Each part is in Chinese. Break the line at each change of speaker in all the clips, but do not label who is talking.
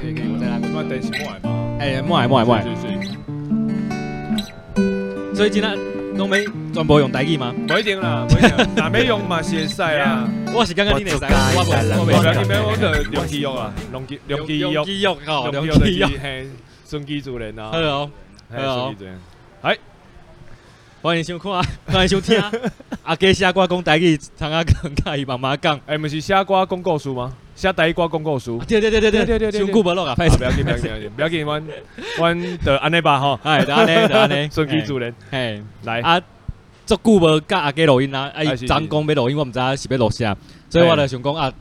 可以可以，我再拉过去。
咁啊，第次摸埋嘛，
誒摸埋摸埋摸埋，
係係
所以今日老尾全部用底語嘛。
唔好影啦，唔好影啦，嗱咩用嘛是細啦，
我是剛剛你嚟我我
我
我
明白你咩？我
就
就用肌肉啊，用肌用肌肉
用，肌肉哦，
用
用
肌
肌
肉
肉。
係順其自然啊，
Hello，
係順其自然。
歡迎收看，歡迎收聽。阿雞寫歌講台語，通啊講，甲伊慢慢講。
誒，唔是寫歌廣告書嗎？寫第一歌廣告書。
對對對對對對，上久無落啊，
啊
歹 勢。
不要紧，不要紧，不要紧，阮阮就安尼吧吼，
哎，就安尼，就安 尼。
顺其自然，
嘿。
来，
啊，足久无甲阿家录音啦，啊，
啊
伊
是
昨昏讲要录音，我毋知影是要录啥，所以我就想讲啊，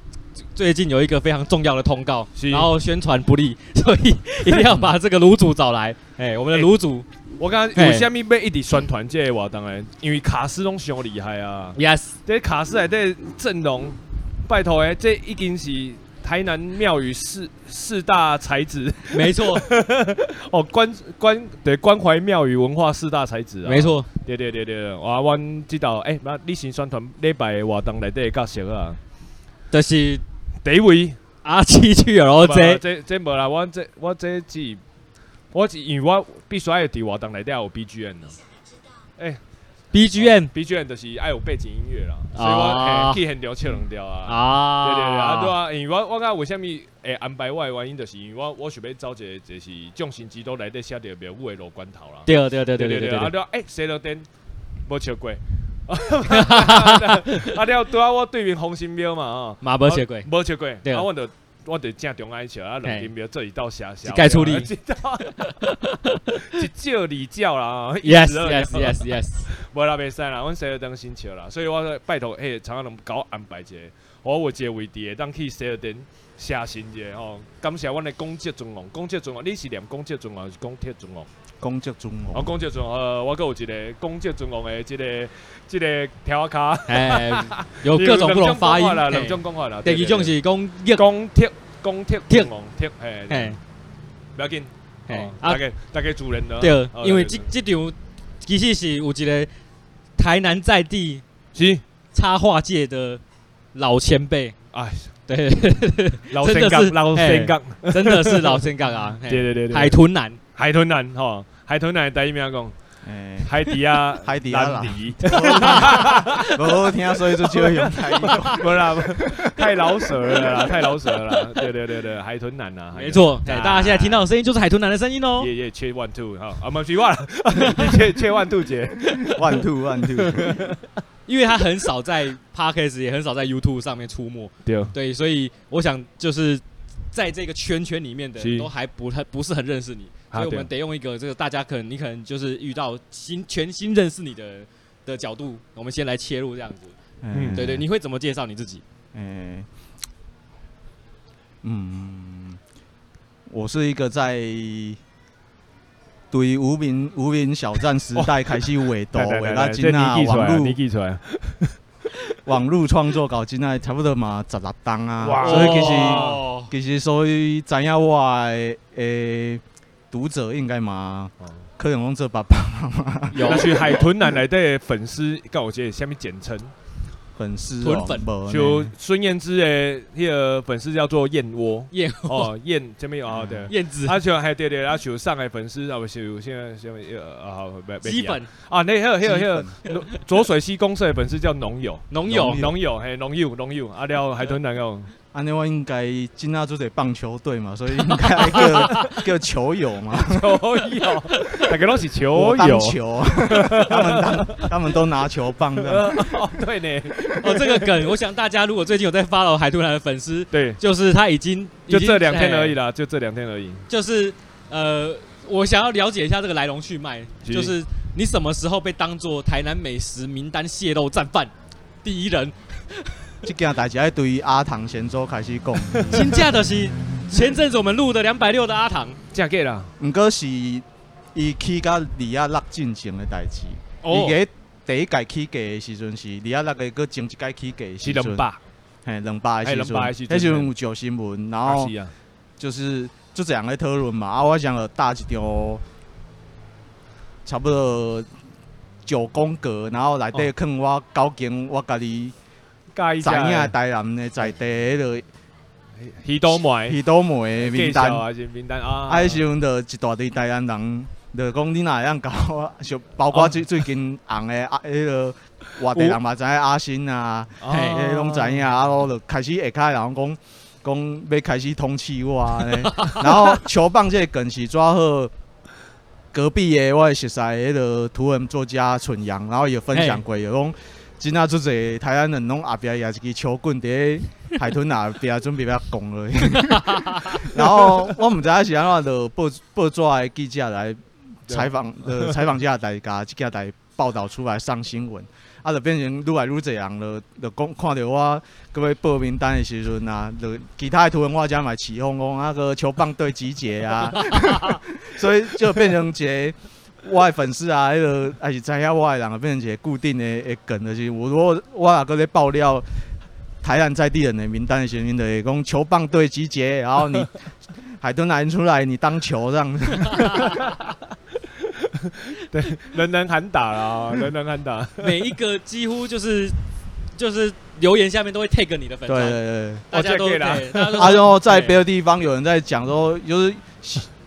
最近有一个非常重要的通告，
是
然后宣传不利，所以一定要把这个卤煮找来。哎，我们的卤煮
我感觉有啥物要一直宣传这个活动诶，因为卡斯拢上厉害啊，
，yes，
这卡斯内底阵容，拜托诶，这已经是台南庙宇四四大才子
没错，
哦，关关对关怀庙宇文化四大才子啊，
没，错，
对对对对，哇，阮知道诶，那你先宣传礼拜的活动内底的角色啊，
就是
第一位。
阿七去
我
LJ，
这这无啦，我这我这只我只因为我必须爱有伫活动内底有 BGM 呢。
BGM
BGM 就是爱有背景音乐啦，
啊
所以我嘿去现场切两条啊。对
啊，
对对啊，对啊，因为我我讲为什么会安排我的原因，就是因为我我想要走一个就是众神之都内底写着庙宇的路管头啦。
对对对对对对
啊
对对，
对啊，哎，谁了灯无笑过？ 啊了，对啊，我对面红心庙嘛啊。
马博写过，
无笑过，
对
啊，我着我着正中爱笑，啊，两金庙做一道写写，
一概处 理
啊一 道一照二照啦啊
yes
一石二鸟
yes yes yes，
无啦，袂使啦，阮西尔登先笑啦，所以我说拜托，迄长安龙搞安排一下，我有一个位置会当去西尔登写信一下吼，感谢阮的公职尊王，公职尊王，你是念公职尊王还是公铁尊王？
公职中
哦，
哦，
公职尊王，呃，我阁有一个公职尊王的即个即个条卡，
哎，有各种不同发音
有两种讲法啦，两
嘿。
种讲法啦，
第
对
二种。
对对
是讲粤，
公铁公铁
铁
尊王铁，嘿。对
嘿，
不要紧，
嘿
哦，
啊
大，概大概主人的，
对，因为
哦对
这这场其实是有一个台南在地
是，
插画界的老前辈，
哎，
对，
老
真的
神
是
港，老神港，
真的是老先 港啊，
对
嘿
对对对，
海豚男，
海豚男吼，海豚男的第一名讲
哎，，
海底啊
海底啊啦
蓝迪，
无 好听，所以就少用台语。
不啦，太老舌了啦，太老舌了啦，对对对对，海豚男啊，
没错，对，
啊
大家现在听到的声音就是海豚男的声音哦
海豚，，耶耶，切 one two 哈，啊，我们去忘了， 切切 one two 姐，
One two one two，
因为他很少在 podcast，也很少在 YouTube 上面出没，
对，
对，所以我想就是。在这个圈圈里面的人
是
都还不太不是很认识你，
啊
所以我
对
们得用一个这个大家可能你可能就是遇到新全新认识你的的角度，我们先来切入这样子。
嗯
对对，你会怎么介绍你自己？
哎，嗯，我是一个在对无名无名小站时代开始画 图，
来
画
来
到
来，这
今啊
你记出来，
网
你
络
记出来，
网络创作到今啊差不多嘛十六档
哇
啊，所以其实
哦
其实所以知影我的诶读者应该嘛
哦，
可能讲做爸爸
有
那是海豚男来的粉丝，告我这下面简称。
粉丝
囤
哦
粉
无呢
就孙燕姿的那个粉丝叫做燕 窝
燕
哦，燕这边有啊，对，
燕子
他就还对对，他就上海粉丝啊，不是有现在现在呃啊，好没没提啊
基本
啊，那还有还有还有
基
浊水溪公社的粉丝叫农友，
农友
农
农友嘿，农友农友，啊了海豚男哦，
安尼我应该今仔做者棒球队嘛，所以应该 叫叫球友嘛，
球友，大家都是球
我当
友，
球， 他们当他们都拿球棒的，
呃哦对呢，
哦，这个梗，我想大家如果最近有在 follow 海豚男的粉丝，
对，
就是他已经
就这两天而已
了，
啦，就这两天而已，
哎就是呃，我想要了解一下这个来龙去脉，
是
就是你什么时候被当做台南美食名单泄露战犯第一人？
这件代志要对阿唐贤周开始讲，
请假的是前阵子我们录的两百六的阿唐
这个啦，
毋过是伊起甲李亚六进前的代志，伊
哦，
个第一届起价的时阵是李亚六个个前一届起价的
是
时
两
阵，
百，
嘿两百的时
嘿两百的时
阵，
阵
迄时阵有上新闻，然
啊
后
是啊，
就是就这样来讨论嘛。啊，我想了搭一条差不多九宫格，然后内底
哦
囥我九间我家己
加一
知影
加
的，台南的在地迄落
鱼都买，
伊都梅
哦哎介
名
绍
单，
还是名单啊？
啊，迄时阵就一大堆台湾人，就讲你若会当搞，就包
哦
括最最近红的啊，迄个外地人嘛知影阿新啊，
哦
嘿
迄拢知影，啊，我就开始下骹的人讲讲要开始通气我安尼， 然后球棒这个梗是抓好。隔壁的我识识迄个图文作家蠢阳，然后也分享过，有讲真啊，做者台湾人拢后壁也是支球棍伫咧海豚那边准备要攻了。然后我毋知影是安怎就报报纸的记者来采访，呃，采访这下代家，这下代报道出来上新闻，啊，就变成愈来愈侪人了，就讲看着我各位报名单的时阵啊，就其他的图文画家嘛起哄讲啊个球棒队集结啊， 所以就变成一个。我的粉丝啊，迄个还是知影我的人，就啊变成一个固定的的梗，就是我如果我若搁咧爆料台南在地人的名单的时阵，就会讲球棒队集结，然后你 海豚拿出来，你当球这样。
人人喊打啦，人人喊打。
每一个几乎就是就是留言下面都会 tag 你的粉
对
丝，
对
大家都
哦这个可以
对，
啦
大 家
对。
都
啊，然后在
对
别的地方有人在讲说，就是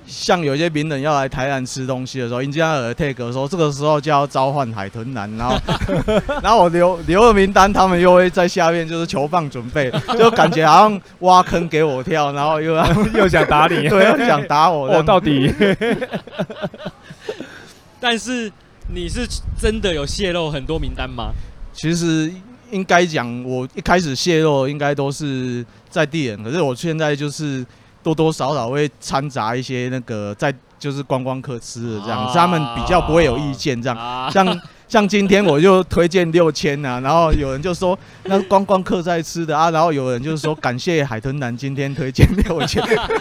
像有些名人要来台南吃东西的时候，因家尔 take 说这个时候就要召唤海豚男，然后 然后我留留了名单，他们又会在下面就是球棒准备，就感觉好像挖坑给我跳，然后 又要
又想打你，
对又想打我这
我
样。
哦到底
但是你是真的有泄露很多名单吗？
其实应该讲，我一开始泄露应该都是在地人，可是我现在就是多多少少会掺杂一些那个在就是观光客吃的这样，
啊
他们比较不会有意见这样。
啊，
像像今天我就推荐六千啊，然后有人就说那是观光客在吃的啊，然后有人就说感谢海豚男今天推荐六千，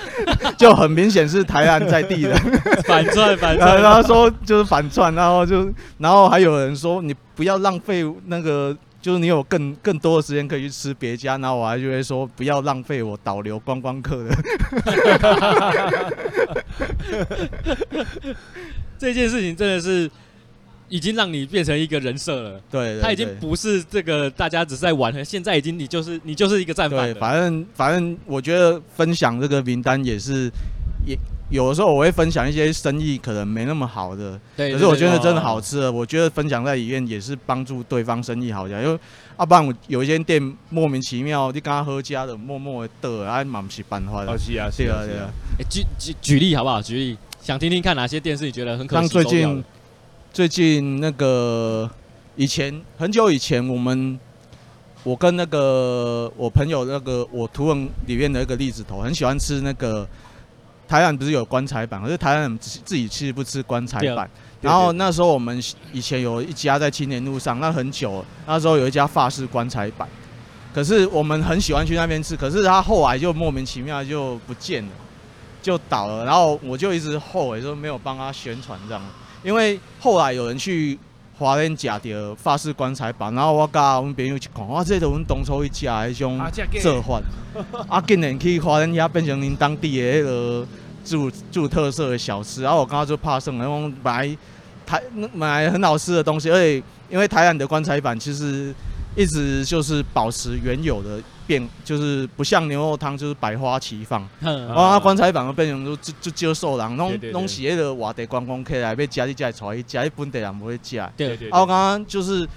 就很明显是台南在地的。
反串反
然后
串，
他说就是反串，啊然后就然后还有人说你不要浪费那个，就是你有更更多的时间可以去吃别家，然后我还就会说不要浪费我导流观光客的。
这件事情真的是已经让你变成一个人设了。
对对
他已
对
经不是这个大家只是在玩了，现在已经你就是你就是一个战犯
对，
了。
反正反正我觉得分享这个名单也是也。有的时候我会分享一些生意可能没那么好的，
对，
可是我觉得
对
真的好吃的，我觉得分享在里面也是帮助对方生意好起来，因为啊，不然我有一间店莫名其妙你跟他喝家的，默默的得，啊，嘛不是办法的
哦，。是啊，是
对
啊，
啊，
是
对
啊
啊。。
诶哎举举举例好不好？举例，想听听看哪些电视你觉得很可惜
像最
收掉
近
了
最近那个以前很久以前，我们我跟那个我朋友那个我图文里面的一个栗子头，很喜欢吃那个台湾不是有棺材板，可是台湾人自自己其实不吃棺材
对啊
板。
对
然后
对
那时候我们以前有一家在青年路上，那很久了，那时候有一家法式棺材板，可是我们很喜欢去那边吃，可是它后来就莫名其妙就不见了，就倒了。然后我就一直后悔说没有帮他宣传这样，因为后来有人去华人假的法式棺材板，然后我甲我们朋友去看，哇，这都阮当初一家迄种
啊这个
做法，啊，竟然去华人遐变成恁当地的迄、个。住住特色的小吃，然后我刚刚就怕剩，然后买台买很好吃的东西，而且因为台南的棺材板其实一直就是保持原有的变，就是不像牛肉汤就是百花齐放，
哼
然后它哦啊棺材板就变成就就就接受人，
啊对
拢
对对
拢是迄个外地观光客来要食你才会带去食，本地人不会食。啊，
对
对
对，
我刚刚就是。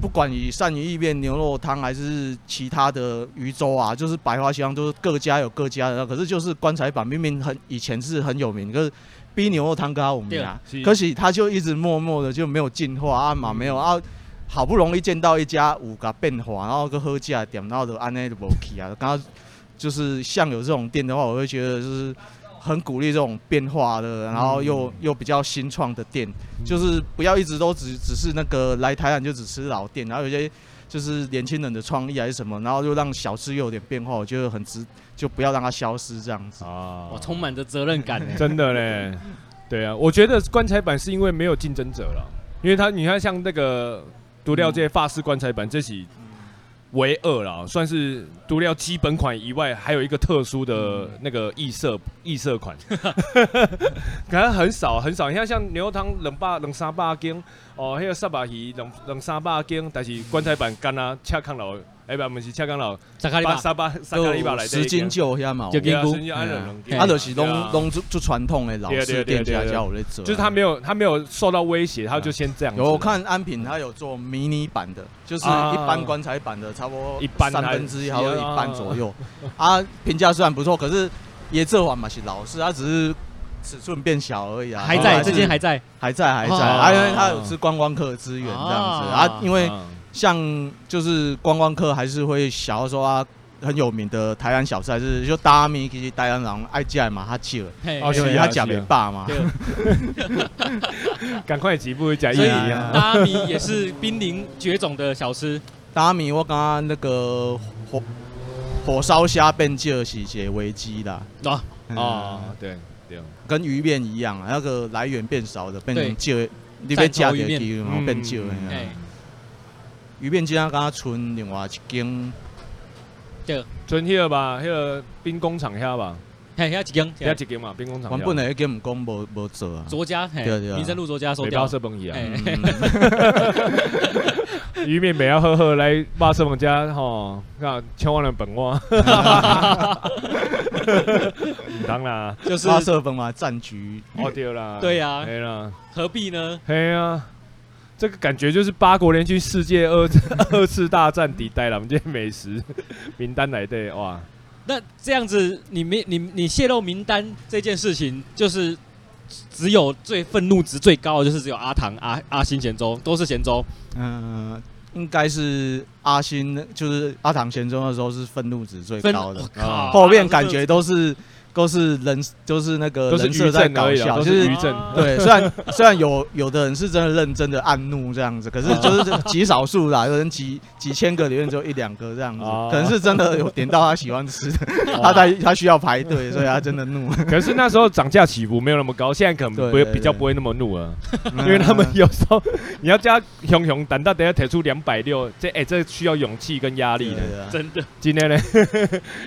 不管你鳝鱼意面、牛肉汤还是其他的鱼粥啊，就是百花齐放，就是各家有各家的。可是就是棺材板明明很以前是很有名，可是比牛肉汤更有名
对
啊。
是
可是他就一直默默的就没有进化啊嘛，没有啊，好不容易见到一家有甲变化，然后个喝价点，然后就安内就无去啊。刚刚就是像有这种店的话，我会觉得就是很鼓励这种变化的，然后又、又比较新创的店，就是不要一直都只只是那个来台湾就只吃老店，然后有些。就是年轻人的创意还是什么，然后就让小吃又有点变化，我觉得很值，就不要让它消失这样子。
啊
我充满着责 任 感呢。欸
真的嘞，对啊，我觉得棺材板是因为没有竞争者了，因为他你看像那个毒料界法式棺材板，这是唯二啦，算是毒料基本款以外，还有一个特殊的那个异色异色款，可能很少很少。你看像牛肉汤冷霸冷三百斤，哦，还有沙巴鱼冷冷三百斤，但是棺材板干啊，恰看老哎，不，毋是赤岗楼，
十卡里
巴
吧，
沙巴沙卡里巴来
十斤酒遐嘛，
就
对
金
啊，
菇
神经安乐能
嘿
力
啊
啊，就是
对
拢
啊
拢就就传统的老
对啊对啊
式
对啊
店家
对啊
家有在做啊，
就是他没有他没有受到威胁，他就先这样子。
有我看安品，他有做迷你版的，就是
啊
一般棺材版的，差不多
一般
三
还
分之一，还有
是
一
啊
半左右。啊，评价虽然不错，可是椰这碗嘛是老式，它只是尺寸变小而已啊。
还
然后
在，
还是
这间还在，
还在还在，
哦
啊，因为它有吃观光客资源这样子
哦
啊，因为
嗯
像就是观光客还是会想要说啊。很有名的台湾小吃还是就大家咪其实台湾人爱食的嘛，较少的，
嘿
哦
因
是
为
啊
他食袂饱嘛。
对，
赶快几步加一
所以
哎呀
大米也是濒临绝种的小吃，
大米，我刚刚那个火火烧虾变旧是一个危机啦。
啊
哦
啊，，
对对，
跟鱼面一样啊，那个来源变少的，变
对
成旧，你被嫁给
战
鱼，然后变旧的
嗯
啊。
哎
鱼面今天刚刚剩另外一间，
存迄个吧，迄个兵工厂遐吧，
哎嘿，要几根？
遐一间嘛，兵工厂
原
遐。
本的间唔讲无无做啊。
卓家，嘿
对啊对啊
民生路卓家收
袂
掉
包
了，
色崩伊啊，
哎
嗯
鱼面袂晓好好来包色崩家吼，那千万人本 我，唔当啦，
就是
发射分嘛，战局
哦对啦，
对啊
对啦，
何必呢？
嘿啊，这个感觉就是八国联军世界二二次大战底带啦，我们这些美食名单来对哇，
那这样子，你没你你泄露名单这件事情，就是只有最愤怒值最高的，就是只有阿唐、阿阿星、咸粥，都是咸粥。
嗯、呃应该是阿星，就是阿唐贤宗的时候是愤怒值最
分
高的
我，靠，
啊
后面感觉都是都是人，就是那个
都是
人设
余
在
震
搞
而已啦，
笑，
都
就是是
余震，
啊
对，虽然虽然有有的人是真的认真的按怒这样子，可是就是极少数啦，有人几几千个里面只有一两个这样子
哦，
可能是真的有点到他喜欢吃的，他在他需要排队，所以他真的怒，
可是那时候涨价起伏没有那么高，现在可能不会
对对嗯
比较不会那么怒了， 因为 他们有时候你要加熊熊胆到等下提出两百六，这哎、这需要勇气跟压力的。
的，
真的，
今天呢，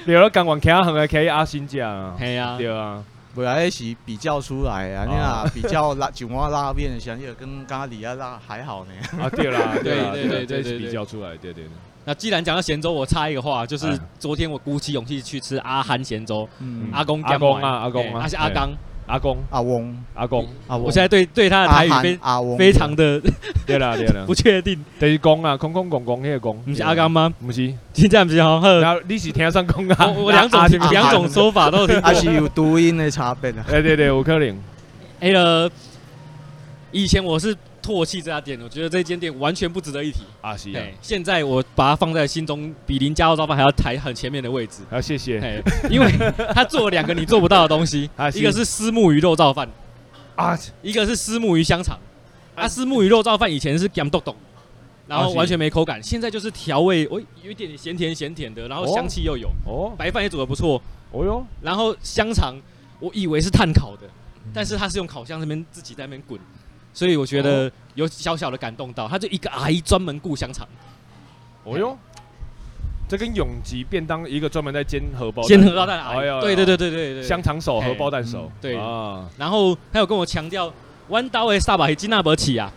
有了港湾 K 很的 K 阿新价啊，
嘿呀、
对啊，
本来是比较出来啊，你
哦
啊比较辣九花辣面，想起跟咖喱啊辣还好呢，
啊对啦，啦，
对
对
对对
啦这
对
是
对
比较出来，对对对。
那既然讲到咸粥，我插一个话，就是
哎
昨天我鼓起勇气去吃阿憨咸粥，
嗯
阿公
阿公啊
讲完
阿公啊
哎他是阿
对啊
刚。
阿公
阿翁
阿公，
阿翁，
我现在对对他的台
阿
语
韩
非
阿翁
非常的
对啦对啦
不，确定，
就是公啊，空空公公那个公，
你是阿刚吗？
不是，
现在不是好呵，
然后你是天上公啊，
我我两种
啊
啊
两种说法都有听过
还。是有读音的差别啊，
哎对对，有可能，
哎了，以前我是唾弃这家店，我觉得这间店完全不值得一提。
啊是啊
哎，，现在我把它放在心中，比林家肉燥饭还要抬很前面的位 置。
好谢谢
哎，因为它做了两个你做不到的东西
啊，是
一个是丝木鱼肉燥饭，
啊，
一个是丝木鱼香肠。
啊
啊，丝木鱼肉燥饭以前是干豆豆，然
啊
后
是
完全没口感，现在就是调味，我有一点点咸甜咸甜的，然后
哦
香气又有，
哦
白饭也煮得不错，
哦哟，
然后香肠，我以为是炭烤的，
嗯
但是它是用烤箱那边自己在那边滚，所以我觉得
哦
有小小的感动到。他就一个阿姨专门雇香肠，
哦哟，这跟永吉便当一个专门在煎荷包蛋，
煎荷包蛋的阿
哎呦哎
姨，
呦
对对对对对对。
香肠手
哎
荷包蛋手
嗯，
对
啊，
然后他有跟我强调，弯刀的萨巴黑金纳伯起啊，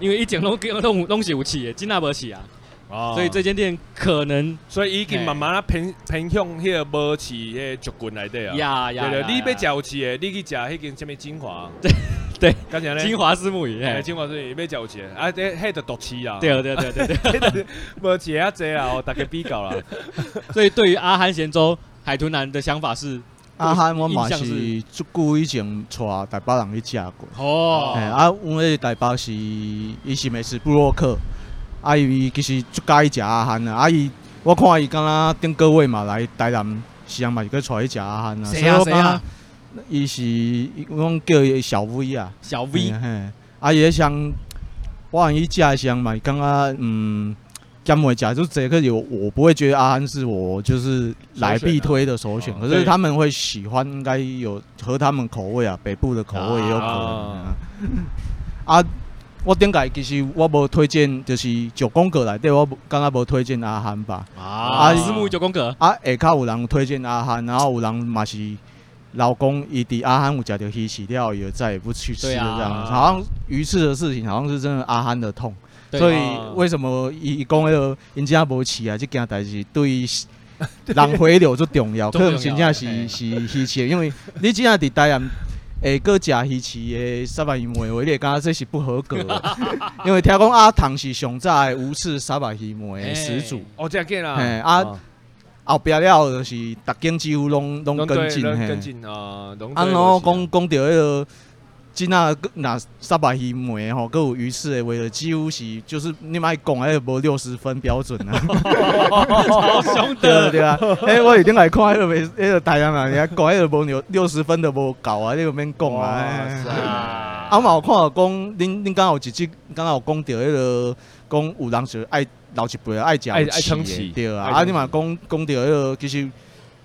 因为一整拢拢拢是有起的，金纳伯起啊，
啊
所以这间店可能
所以已经
嘿
慢慢啊偏偏向迄个无饲迄个族群内底啊。
呀
对
呀，
对，
呀
你要
呀
食有饲的，你去食迄间什么精华？
对
刚才呢？
金华丝木鱼，
哎，
哎
精华是要食有饲的，啊，这迄个毒饲啦，
对对对对 对，
无饲啊济啦，哦，大家比较 啦，
所以对于阿憨咸粥海豚男的想法是，
阿汉啊我嘛
印象
是
是
足久以前带台北人去食过。
哦
哎、啊，阮迄台北是伊是美食部落客，啊伊其实足介意食阿汉啊，啊伊我看伊敢若顶个月嘛来台南，时人嘛是去带伊食阿汉啊，
谁啊
所以我
谁啊
感觉伊是伊讲叫伊小 V 啊
小 V
嘿嘿，啊伊迄双我按伊食的双嘛，感觉嗯。姜梅甲就这个有，我不会觉得阿汉是我就是来必推的首选，哦
首选啊
可
对
是他们会喜欢，应该有合他们口味啊，北部的口味也有可能啊。啊，我顶届其实我无推荐，就是九宫格内底我无敢若无推荐阿汉吧。
啊，
啊
丝木鱼九宫格，
啊，下骹有人推荐阿汉，然后有人嘛是老公伊伫阿汉有食着鱼翅了，以后再也不去吃了这样
对啊
子。好像鱼翅的事情，好像是真的阿汉的痛。
对
所以
啊
为什么伊伊讲迄个因家无饲啊，即件代志 对人回流足重要，可
重要
能真正
嘿
是是是鱼翅，因为你真正伫台南。会搁食鱼翅的沙白鱼糜，你会感觉这是不合格的， 因为听讲阿唐是上早的无刺沙白鱼糜的始祖，
哦，这样见啦，哦
嘿啊
哦
后壁了就是逐间几乎拢拢
拢
跟
对
进
拢
嘿
跟进啊，拢
啊，
对
然后
就是
讲讲到迄、个，即那那三百鱼梅吼，佮有鱼翅的话，就几乎是就是你莫讲迄个无六十分标准 啊，
好
哦
凶
对
的，
啊对啊。诶，我已经来看迄、个袂，迄、个台湾人家讲迄个无六六十分都无够啊，你个免讲啊。
哇塞
哎
啊
啊，嘛有看到讲，恁恁敢有一集，敢有讲到迄、个讲有人是爱老一辈爱食
爱爱撑
的
起
对啊。
爱
啊，
撑
你嘛
起
讲讲到迄、个其实。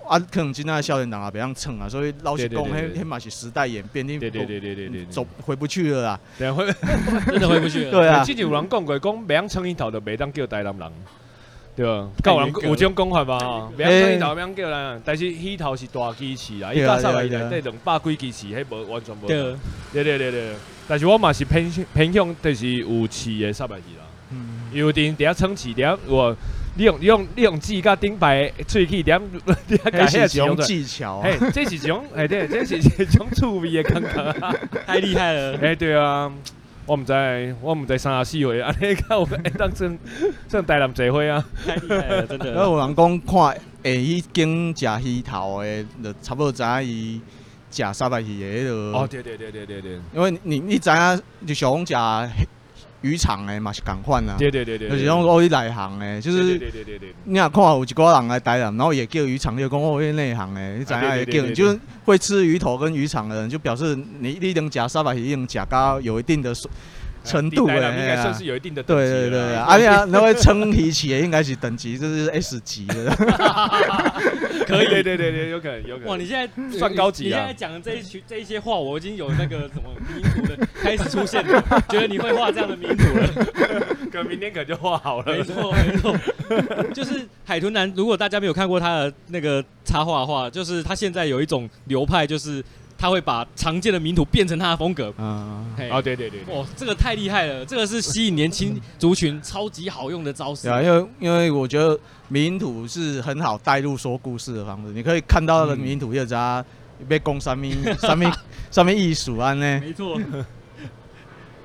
啊，可能真正的少年人也袂晓蹭啊，所以老实
对
讲，
对对
迄
对
迄嘛是时代演变，你
对对对对对对，
嗯走回不去了啦。
等下会。
哎真的回不去 了。
对啊
之，前有人讲过，讲袂晓撑一头就袂当叫台南人，对吧？
哎
够有人
太严格了
有这种讲法吧？
哎
吼袂晓撑一头袂当叫台南人，但是迄头是大机器啦，伊
对啊
加上来内
对啊对
底两百几机器，迄无完全无。
对
对，对对对，但是我嘛是偏向偏向就是有饲的三百字啦，
嗯
因为顶底下撑起顶下我你用你用你用指甲顶排的喙齿顶， 你甲
那
迄个
是一
使用
种
出来。
技巧啊。
嘿，这是一种，哎对，这是一种趣味的感觉啊。
太厉害了。
哎、对啊，我毋知，我毋知三十四 岁，安啊尼到会当 算算台南社会啊，
太厉害了，真
然
的。
后有人讲看会去经食鱼头的，就差不多知影伊食三百鱼的迄
哦，
落。
对对对对对对，
因为你你知影，就想讲食渔场的嘛是共款啊，
对对对对，
就是讲哦你内行的，就
对对
是。
对对对对，
你若看有一个人来台南，然后也叫渔场，就讲哦，那内行的，你知影
啊对
会
对
叫，
对对
就是会吃鱼头跟鱼肠的人，就表示你你能食三百鱼，能食到有一定的水程度
哎台
的。
南应该
哎呀
算是有一定的哎等级了
对 对对，
啦
啊，你啊，那会撑起起的应该是等级，这是 S 级 的。
可以
对对对对，有可能有可能。
哇，你现在
算高级啊
你现在讲的这一群这一些话，我已经有那个什么民族的开始出现 了，觉得你会画这样的民族了。
可能明天可能就画好
没
了。
错，没错， 就是海豚男。如果大家没有看过他的那个插画的话，就是他现在有一种流派，就是他会把常见的民土变成他的风格。
嗯，
嘿
啊，对对对，对
哇，这个太厉害了，这个是吸引年轻族群超级好用的招式
对。啊，因为因为我觉得民土是很好带入说故事的方式，你可以看到
嗯
那个民土，就知道被攻三米三 米三米艺术啊安呢。
没错。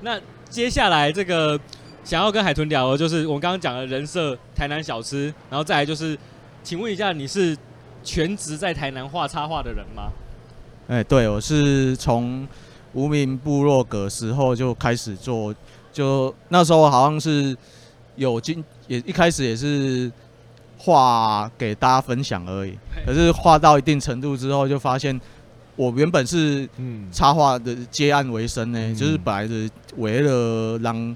那接下来这个想要跟海豚聊的就是我们刚刚讲的人设、台南小吃，然后再来就是，请问一下你是全职在台南画插画的人吗？
哎、对，我是从无名部落格时候就开始做，就那时候好像是有经也一开始也是画给大家分享而已，可是画到一定程度之后，就发现我原本是
嗯，
插画的接案为生呢、
嗯
就是本来是为了让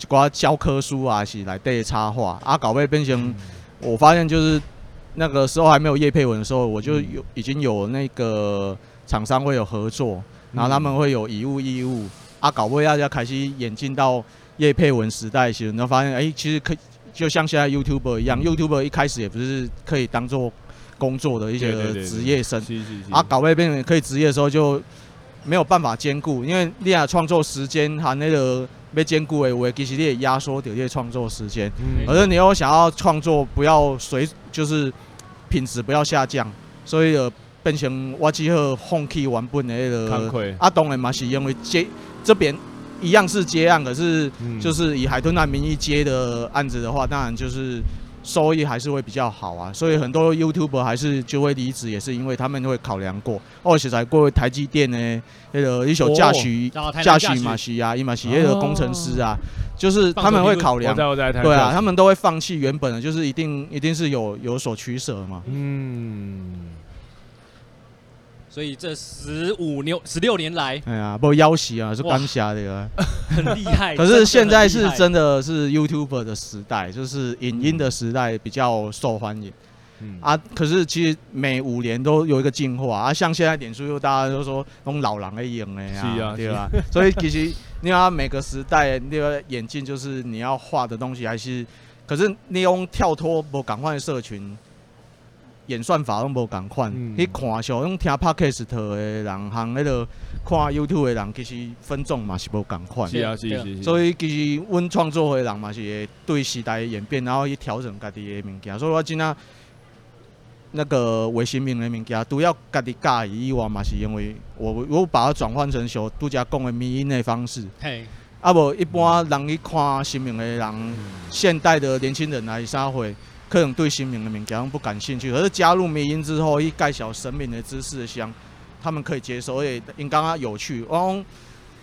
一寡教科书啊是来对插画，啊搞尾变
嗯
成我发现就是那个时候还没有叶佩文的时候，我
嗯
就有、已经有那个厂商会有合作，
嗯
然后他们会有以物易物，啊搞尾大家开始演进到叶佩文时代的时候，你就发现哎、其实可以就像现在 YouTuber 一样、y
嗯
o u t u b e r 一开始也不是可以当做工作的一些
对对对对
职业生
是是是
啊，搞外变成可以职业的时候就没有办法兼顾，因为你啊创作时间和那个被兼顾的话，其实你也压缩掉你的创作时间。
嗯
可是你又想要创作，不要随就是品质不要下降，所以呃变成我只好放弃原本的那
惭
个。
愧，
啊，当然嘛是因为接这边一样是接案，可是
嗯
就是以海豚男名义接的案子的话，当然就是收益还是会比较好啊。所以很多 YouTuber 还是就会离职，也是因为他们会考量过。哦，实在过台积电呢，那个一手驾驶
然后台
驾
南
驶马
嘛，
西啊，伊马西那个工程师啊，就是他们会考
我
量
在。我在台
对啊，，他们都会放弃原本的，就是一定一定是有有所取舍嘛。
嗯，
所以这十五六十六年来
哎呀，不要挟啊，是刚下的啊。
很厉害。
可是 现在
很
是
厉害，
真的是 YouTuber 的时代，就是影音的时代比较受欢迎。
嗯
啊，可是其实每五年都有一个进化啊，像现在脸书又大家都说用老狼来演的呀、
是啊
对吧、所以其实你要每个时代那个演进，就是你要画的东西还是，可是你用跳脱不赶快社群演算法拢无共款
嗯，
去看像用听 podcast 的人，行迄落看 YouTube 的人，其实分众嘛是无共款。
是啊，是
对啊
是是。
所以其实阮创作的人嘛是会对时代的演变，然后去调整家己的物件。所以我真啊，那个维新民的物件，除了家己教伊以外，嘛是因为我我把它转换成像拄则讲的迷因的方式。
嘿，
啊无一
嗯
般人去看新闻的人，现代的年轻人来啥会，可能对新闻的物件拢不感兴趣。可是加入迷音之后，一介绍神明的知识的箱，他们可以接受，而且因刚刚有趣。我讲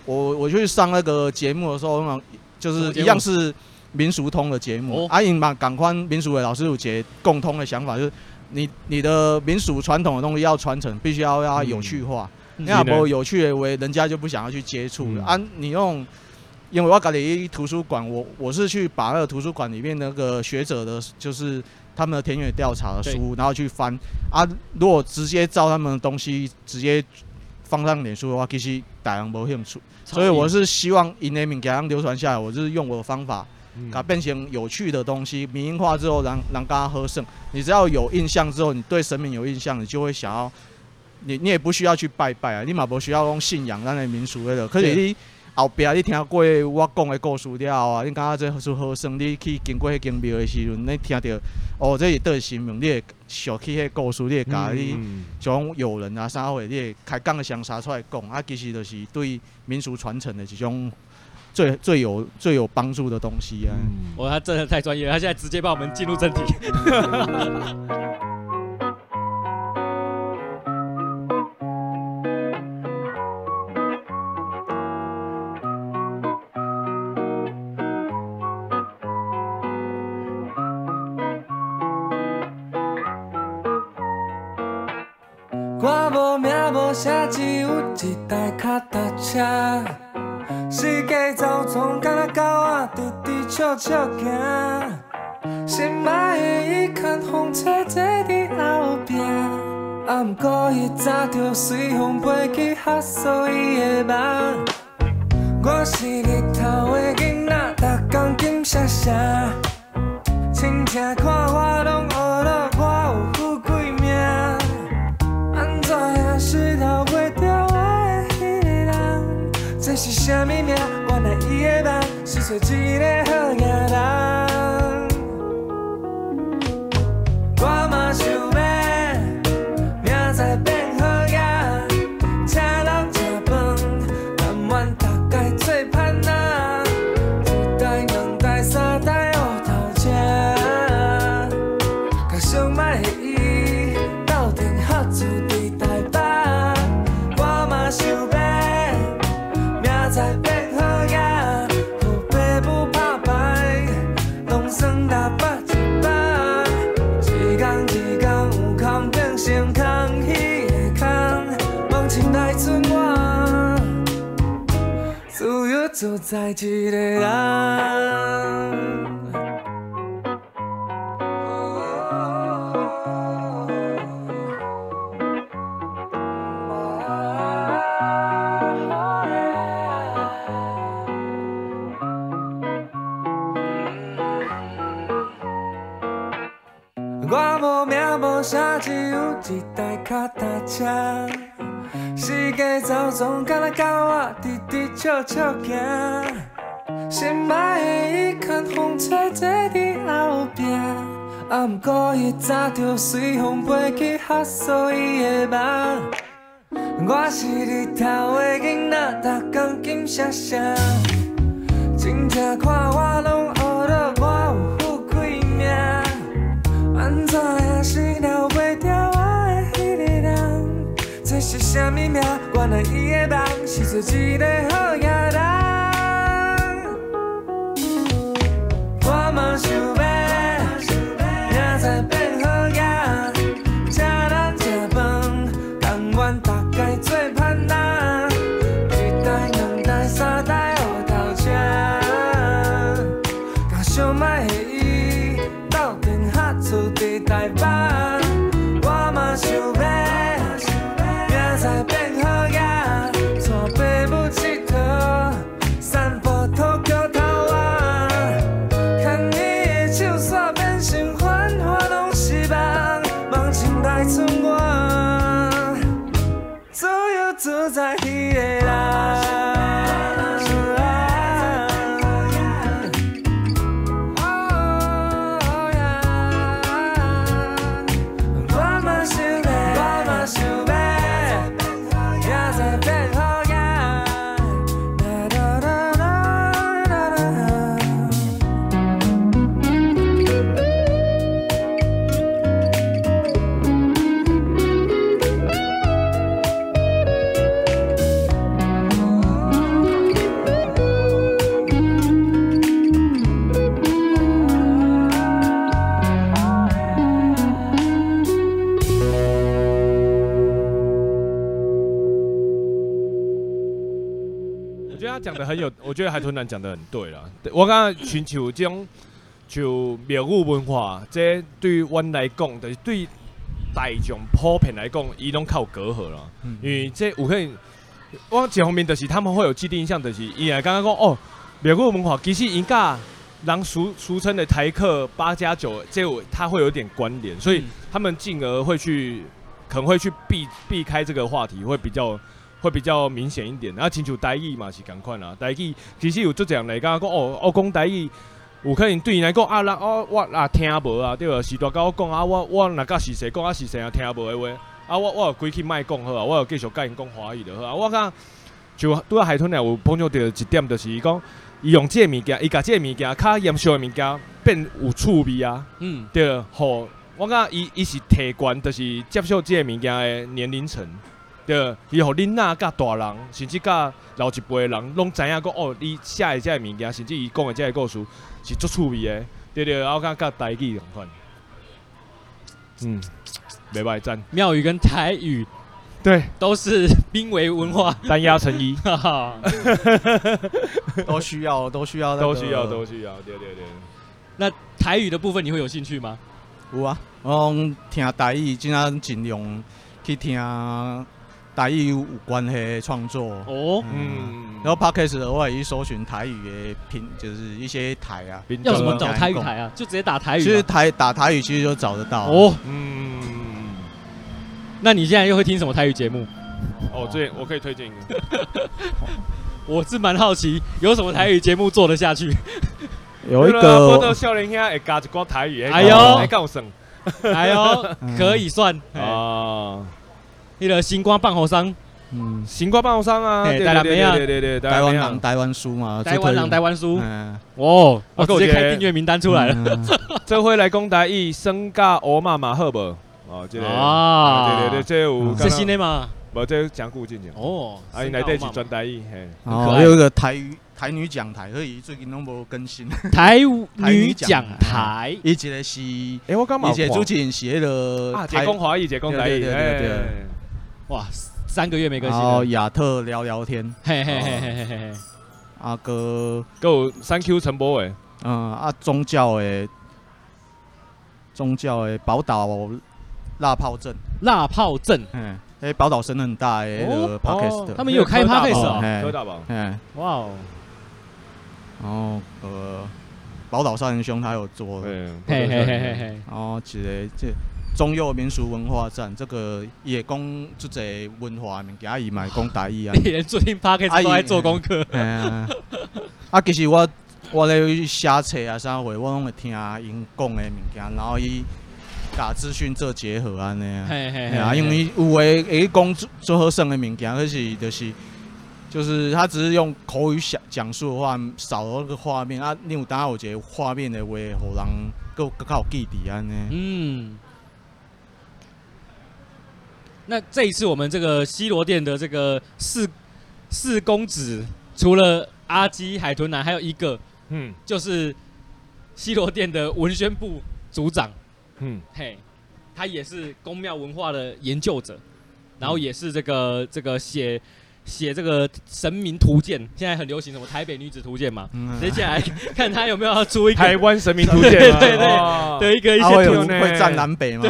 我我去上那个节目的时候，我讲就
什么
是
节目
一样是民俗通的节目
哦，
啊因嘛港宽民俗的老师有节共通的想法，就是你你的民俗传统的东西要传承，必须要要有趣化。
嗯
你若无有趣的话，人家就不想要去接触了、啊。你用，因为我家里图书馆，我我是去把那个图书馆里面那个学者的，就是他们的田野调查的书，然后去翻啊。如果直接照他们的东西直接放上脸书的话，其实大人无兴趣。所以我是希望因的物件让流传下来，我就是用我的方法，
嗯
它变成有趣的东西，民营化之后，让让大家喝剩。你只要有印象之后，你对神明有印象，你就会想要，你你也不需要去拜拜啊，你嘛不需要用信仰咱的民俗的了。可是
对
你后壁你听过我讲的故事了后啊，你感觉这是好耍，你去经过迄间庙的时阵，你听到哦，这是对神明，你会想起迄故事，你会甲你。
嗯
种友人啊啥货，你会开讲的相啥出来讲，啊，其实就是对民俗传承的一种最最有最有帮助的东西啊。
嗯
哇，他真的太专业了，他现在直接帮我们进入正题。
我无名无姓，只有一台脚踏车。世界走从敢若狗仔直直笑笑行。心爱的伊牵风吹坐伫后壁，啊毋过伊早就随风飞去哈索伊的梦。我是日头的囡仔，逐工金闪闪。亲戚看我拢学了，我有富贵命。安怎也是逃袂掉我的迄个人，这是什么命？原来伊的梦是做一个好野人。我嘛想要明载变好野，请人食饭，但愿大概做歹仔，一代两代三代乌头吃。甲想卖的伊，斗阵合厝伫台北，我嘛想要明载变好野，予爸母拍牌，拢算台北一摆。一天一天有空变成空虚的空，梦醒来剩我，自由自在一个人。我无名无姓，只有一台脚踏车。世界走总敢若狗仔直直笑笑行。心爱的伊牵风吹坐伫后壁，啊，毋过伊早就随风飞去哈索伊的梦。我是日头的囡仔，逐工金闪闪，真正看我拢学了，我有富贵命。安怎也是留袂掉我的迄个人，这是啥物命？原来伊的梦是做一个好野人。我嘛想要，明载变好野，请咱食饭，但愿大概做歹仔，一代两代三代乌头吃，甲想卖的伊斗阵合厝伫台北，我嘛想要，明载变好野，带爸母佚佗。
得他讲的很有， 我觉得海豚男讲的很对啦。对我感觉寻求这种就庙宇文化，这对于阮来讲，就是对大众普遍来讲，伊拢较有隔阂啦。
嗯
因为这有可能，我一方面就是他们会有既定印象，就是伊会刚刚讲哦，庙宇文化其实伊甲人俗俗称的台客八加九，这有它会有点关联，所以
嗯
他们进而会去可能会去避避开这个话题，会比较会比较明显一点。然后请求台语嘛是赶快啦，台语其实有做这样来讲讲哦，我讲台语。有可能对伊来讲啊，人哦，我也听无啊，对无？是大甲我讲啊，我我若甲是谁讲啊，是谁啊，听无的话，啊，我我有规去卖讲好啊，我有继续甲因讲华语就好啊。我讲就拄仔海豚俩有碰到着一点，就是伊讲伊用即个物件，伊甲即个物件较严肃的物件变有趣味啊，
嗯，
对吼。我感觉伊伊是提悬，就是接受即个物件的年龄层，对，伊互恁仔甲大人，甚至甲老一辈的人拢知影讲哦，你写的遮个物件，甚至伊讲的遮个故事是足趣味的，对对，啊我感觉甲台语同款，嗯，袂歹赞，
庙宇跟台语
对，
都是濒危文 化，
单压成一。
哈哈。
都需要，都需要那 个，
都需要，都需要，对对对。
那台语的部分你会有兴趣吗？
有啊。我讲听台语，尽量尽量去听台语有关系的创作。
哦，
嗯，
嗯，
然后 podcast 的话也去搜寻台语的频，就是一些台啊。
冰
要
镇
怎么
啊
找台语台啊？就直接打台
其
语
实
吗。
台打台语其实就找得到。
哦，
嗯，
那你现在又会听什么台语节目？
哦，最我可以推荐一个，
我是蛮好奇，有什么台语节目做得下去？
有一
波到
个
少年兄会加一寡台语，
哎呦
还够算
哎呦，可以算。哎
啊，
那个星光棒猴商，
嗯，
新瓜棒商啊，
嘿
对对
台南妹啊
对对对对，
台湾
妹啊
人，台湾书嘛，
台湾
最
狼、
推
台湾书，
嗯，
哦，我
啊还有
直
一个
接开订阅名单出来了。
嗯。
这回来讲台语，生甲欧妈妈好无？哦，这个，
啊
对对对，这有
嗯
是
刚
新
刚，
的吗？
无这讲古进前，
哦，
啊，因
来
内底是专台语，嘿，
很可
哦，
爱
有一个台语台女讲台，所以最近拢无更新。
台
台
女
女
讲
讲
台，
伊一个是，伊
诶，我刚嘛有
个
看
哦主持人是迄个
啊，姐讲华语，姐讲台语，
对对对对对
嘿
哇，三个月没更
然
新了
后，亚特聊聊天，
嘿嘿嘿嘿嘿嘿嘿，
啊个
还有三 Q 陈柏伟，
嗯啊宗教的宗教的宝岛辣炮阵，
辣炮阵，
嗯，迄宝岛声很大的那个
哦
podcast，
哦
他们也有开
科大
podcast
宝
哦，
嘿
科大宝，
嗯，
哇哦，
然后呃宝岛三人兄他有做，
对，
嘿嘿嘿嘿嘿，
然后一个这中右民俗文化站，这个也讲即个文化的物件，伊嘛会讲台 语啊。
你连最近 p o d c a s t
阿姨
都在做功课，
嘿啊，啊，其实我我咧写册啊啥话，我拢会听因讲的物件，然后伊甲资讯做结合安尼啊。
嘿嘿
嘿啊，因为有诶会讲做做好耍的物件，可是就是就是他只是用口语讲讲述的话，少了那个画面啊。你有当有一个画面的话，互人更更较有记忆安尼。
嗯。那这一次我们这个西罗店的这个四四公子，除了阿基、海豚男，还有一个
嗯
就是西罗店的文宣部组长，
嗯。
嘿，他也是宫庙文化的研究者，然后也是这个这个写写这个神明图鉴，现在很流行什么台北女子图鉴嘛，
嗯
接下来看 他有没有要出一
台
个
湾神明啊图鉴吗？
对对对
哇，
的一个一
啊，会
些
有
有
呢
会站南北吗？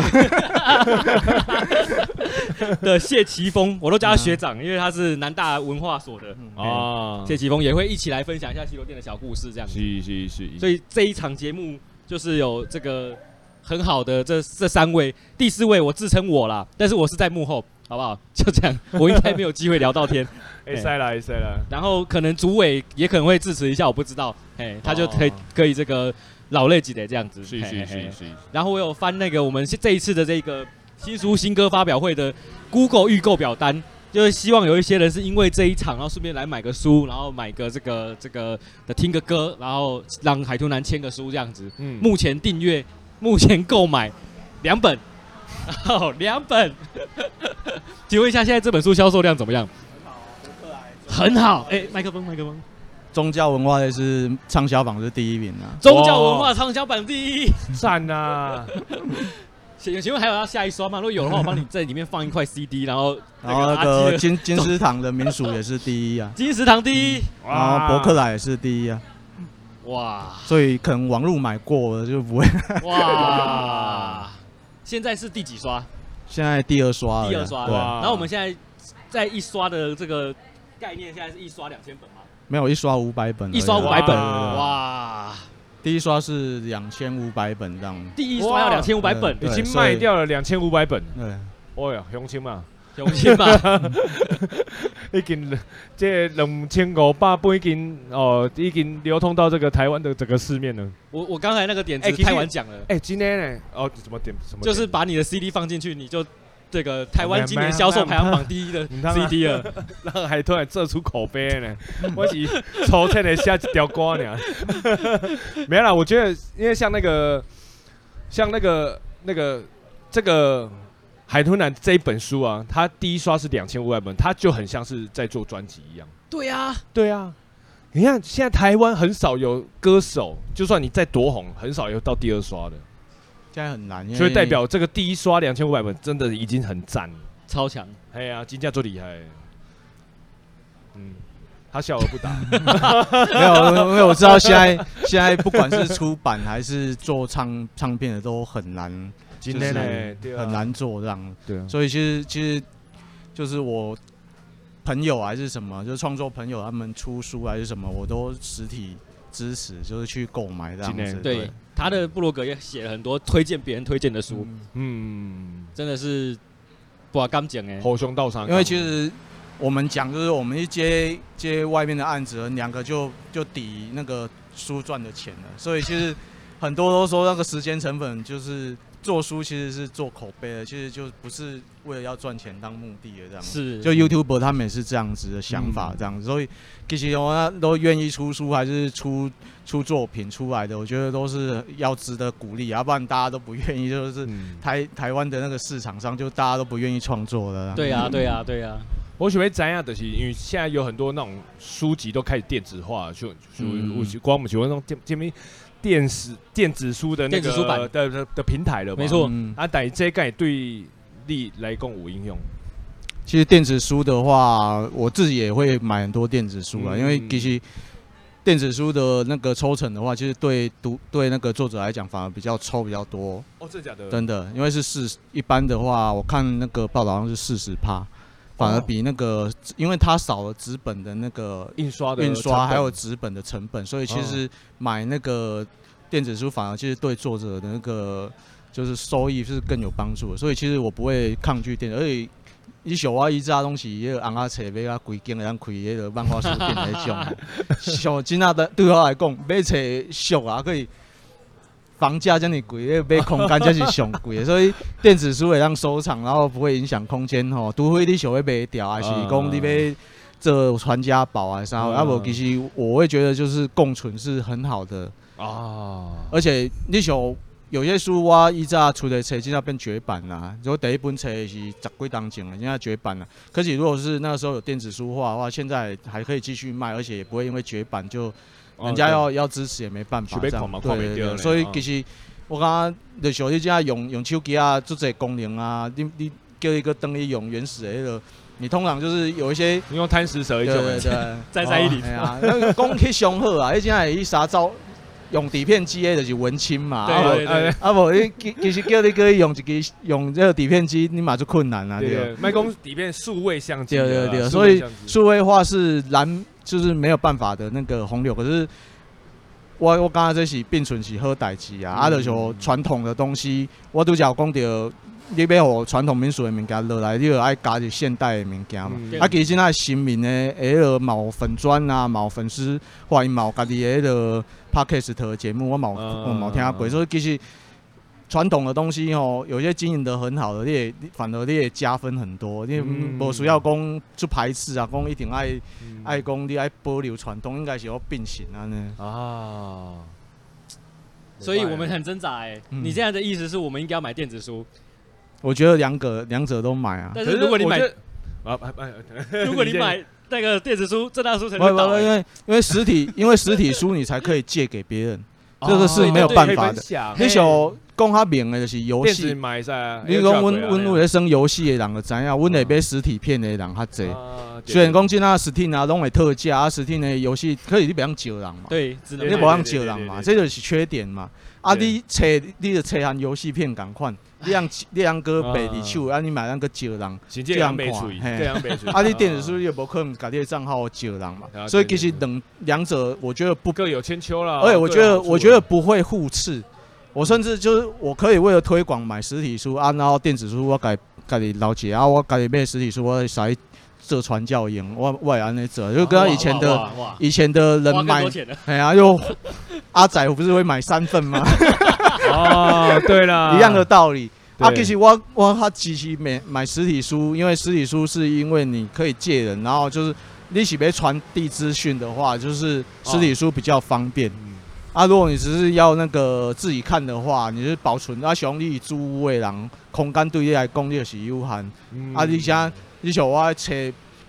图的谢奇峰，我都叫他学长，因为他是南大文化所的。哦，
啊，
谢奇峰也会一起来分享一下西罗店的小故事，这样子。
是是是，
所
以
以这一场节目就是有这个很好的这这三位，第四位我自称我啦，但是我是在幕后，好不好？ 就这样，我应该没有机会聊到天。
哎塞啦哎塞啦，
然后可能组委也可能会支持一下，我不知道，哎，他就可以
哦
可以这个老累级的这样子，
是
嘿
是
嘿嘿
是是，
然后我有翻那个我们这一次的这个新书新歌发表会的 Google 预购表单，就是希望有一些人是因为这一场，然后顺便来买个书，然后买个这个这个的听个歌，然后让海豚男签个书这样子。
嗯
目前订阅，目前购买两本，哦，两本。 请问一下，现在这本书销售量怎么样？很好，哎，麦克风，麦克风。
宗教文化类是畅销榜是第一名啊。
宗教文化畅销榜第一，
赞啊，
请请问还有要下一刷吗？如果有的话，我帮你在里面放一块 CD，然后
然后
那
那
个阿
个
基，
金金丝堂的民俗也是第一 啊
金石堂第一，
哦
然后博客来也是第一啊，
哇
所以可能网络买过的就不会。
哇！现在是第几刷？
现在第二刷了啦，
第二刷
对，
哇
然后我们现在在一刷的这个概念，现在是一刷两千本嘛，
没有一刷五百本而已啊，
一刷五百本，
哇
哇！
第一刷是两千五百本这样。
第一刷要两千五百本，
对
已经
所以
卖掉了两千五百本。
对，
哎呀，乡亲嘛，
雄心吧？
已经这两千五百本已经哦，已经流通到这个台湾的整个市面了。
我我刚才那个点
哎
子
其实
太晚讲了，
哎，今天呢，哦，怎么点什么点？
就是把你的 CD 放进去，你就这个台湾今年销售排行榜第一的
你看
CD 了。
让海突然做出口碑 呢，我是抽签的下一条歌呢。没啦，我觉得因为像那个，像那个那个这个海豚男这一本书啊，他第一刷是两千五百本，他就很像是在做专辑一样。
对啊，
对啊，你看现在台湾很少有歌手，就算你再多红，很少有到第二刷的，
现在很难，因为
所以代表这个第一刷两千五百本真的已经很赞了。
超强，
哎呀，金价最厉害。嗯，他笑而不答。
没有，因为我知道现在现在不管是出版还是做唱唱片的都很难，
今
天呢
对啊
很，难做这样。
对啊，
所以其实其实就是我朋友还是什么，就是创作朋友他们出书还是什么，我都实体支持，就是去购买这样
今
子。
天
对，他的部落格也写了很多推荐别人推荐的书，
嗯
嗯，
真的是哇，刚讲哎，
猴熊道上，
因为其实我们讲就是我们一接接外面的案子，两个就就抵那个书赚的钱了，所以其实很多都说那个时间成本就是做书其实是做口碑的，其实就不是为了要赚钱当目的的这样。
是
就 YouTuber 他们也是这样子的想法
嗯，
这样子，所以其实我那都愿意出书还是出出作品出来的，我觉得都是要值得鼓励，啊要不然大家都不愿意，就是
嗯，
台台湾的那个市场上就大家都不愿意创作了。
对啊，对啊，对啊，
我喜欢怎样的是，因为现在有很多那种书籍都开始电子化，就就
嗯
我光我们喜欢那种电这边电子电子书的那
电子书
个
版
的的的平台了嘛，
没错
嗯
啊，但这个对你来讲有应用，
其实电子书的话，我自己也会买很多电子书啊，
嗯
因为其实电子书的那个抽成的话，其实对读对那个作者来讲反而比较抽比较多，
哦，真的假的？
真的，因为是四一般的话，我看那个报道好像是四十趴，反而比那个、因为它少了纸本的那个
印刷的
印刷
成本哦
还有纸本的成本，所以其实买那个电子书反而其实对作者的那个就是收益是更有帮助的。所以其实我不会抗拒电子，而且伊小我伊扎东西，迄个红啊册买啊规间，咱开迄个漫画书 店来种。像真啊的对我来讲，买册俗啊，可以房价这么贵，那买空间才是上贵的。所以电子书会让收藏，然后不会影响空间吼。除非你想要卖掉，还是讲你
啊
要做传家宝啊啥的，
嗯
啊无其实我会觉得就是共存是很好的，
啊，
而且你想。有些书我依早出的册，现在变绝版啦。如果第一本册是十几当前了，现在绝版了。可是如果是那个时候有电子书化的话，现在还可以继续卖，而且也不会因为绝版就人
哦
家要要支持也没办法
取，
这
被
样
狂嘛
对
看不
对
到
对
呢
所以
嗯
其实我感觉就像你这样用用手机啊，做这功能啊，你你叫一个等于用原始的那个，你通常就是有一些
你用贪食蛇一
对
种
对对，
再在一里
哎呀，那个讲去上好啊， 迄阵伊啥招用底片机的就是文青嘛，
对
啊
对
无
对
啊无你其其实叫你去用一支用这个底片机，你嘛就困难啊，对吧。
对，麦公里面数位相机
对
的啦，
对
数
对，所
位
以
相机
数位化是蓝，就是没有办法的那个洪流。可是我我刚刚这是并存是好代志啊，
嗯
啊，就是说传统的东西，我拄则有讲到，你要互传统民俗的物件落来，你就爱加入现代的物件嘛。
嗯
对
啊，其实现在新民的迄个毛粉砖啊，毛粉丝，或者毛家己的迄个 podcast 的节目，我毛
嗯
我毛听过，所以其实传统的东西吼，有些经营得很好的，你也反而你也加分很多，你
嗯
无需要讲去排斥啊，讲一定爱
嗯
爱讲你爱保留传统，应该是要并行安尼。
啊，
所以我们很挣扎哎。
嗯
你现在的意思是我们应该要买电子书，
我觉得两个两者都买啊，
但
可
是如果你买
我觉得啊啊啊
如果你买那个电子书，正大书城
不不
就倒
不，因
了。
为因为实体因为实体书你才可以借给别人，这个是
哦
没有
对
办
可以
法
分
的。
享
你想讲较明的就是游
哎电子
戏。
买噻啊，
你
AirDrop
讲阮
的啊
阮有咧耍游戏的人就知影，阮会买实体片的人较济。
啊对
虽然讲即啊实体啊拢会特价，啊实体的游戏可是你袂当招人嘛，
对，只能
你
对
无当招人嘛，
对
这就是缺点嘛。啊，
对
你找你就找按游戏片共款，你让你让个
哦
白伫手，啊你买咱个招人。
是这样没注意，这样没注意。
啊，你电子书也无可能把你的账号招人嘛
啊，
所以
对
其
对
实两两者我觉得不
各有千秋
啊
啦。
哎而且我觉
各有
得，
好处
我觉得不会互斥。我甚至就是我可以为了推广买实体书啊，然后电子书我改改己了解啊，我改己买实体书，我使做传教用，我我也安尼做，就跟他以前的
啊哇哇哇
以前的
哇花
人
更
买
多，钱了，
哎呀，又阿仔不是会买三份吗？
哦，对啦，
啊
一样的道理。
对。
啊，其实我我他其实买买实体书，因为实体书是因为你可以借人，然后就是你是被传递资讯的话，就是实
啊
体书比较方便。
嗯
啊，如果你只是要那个自己看的话，你是保存啊，像你租的人空间对你来讲你就是有限。
嗯
啊，你像你像我车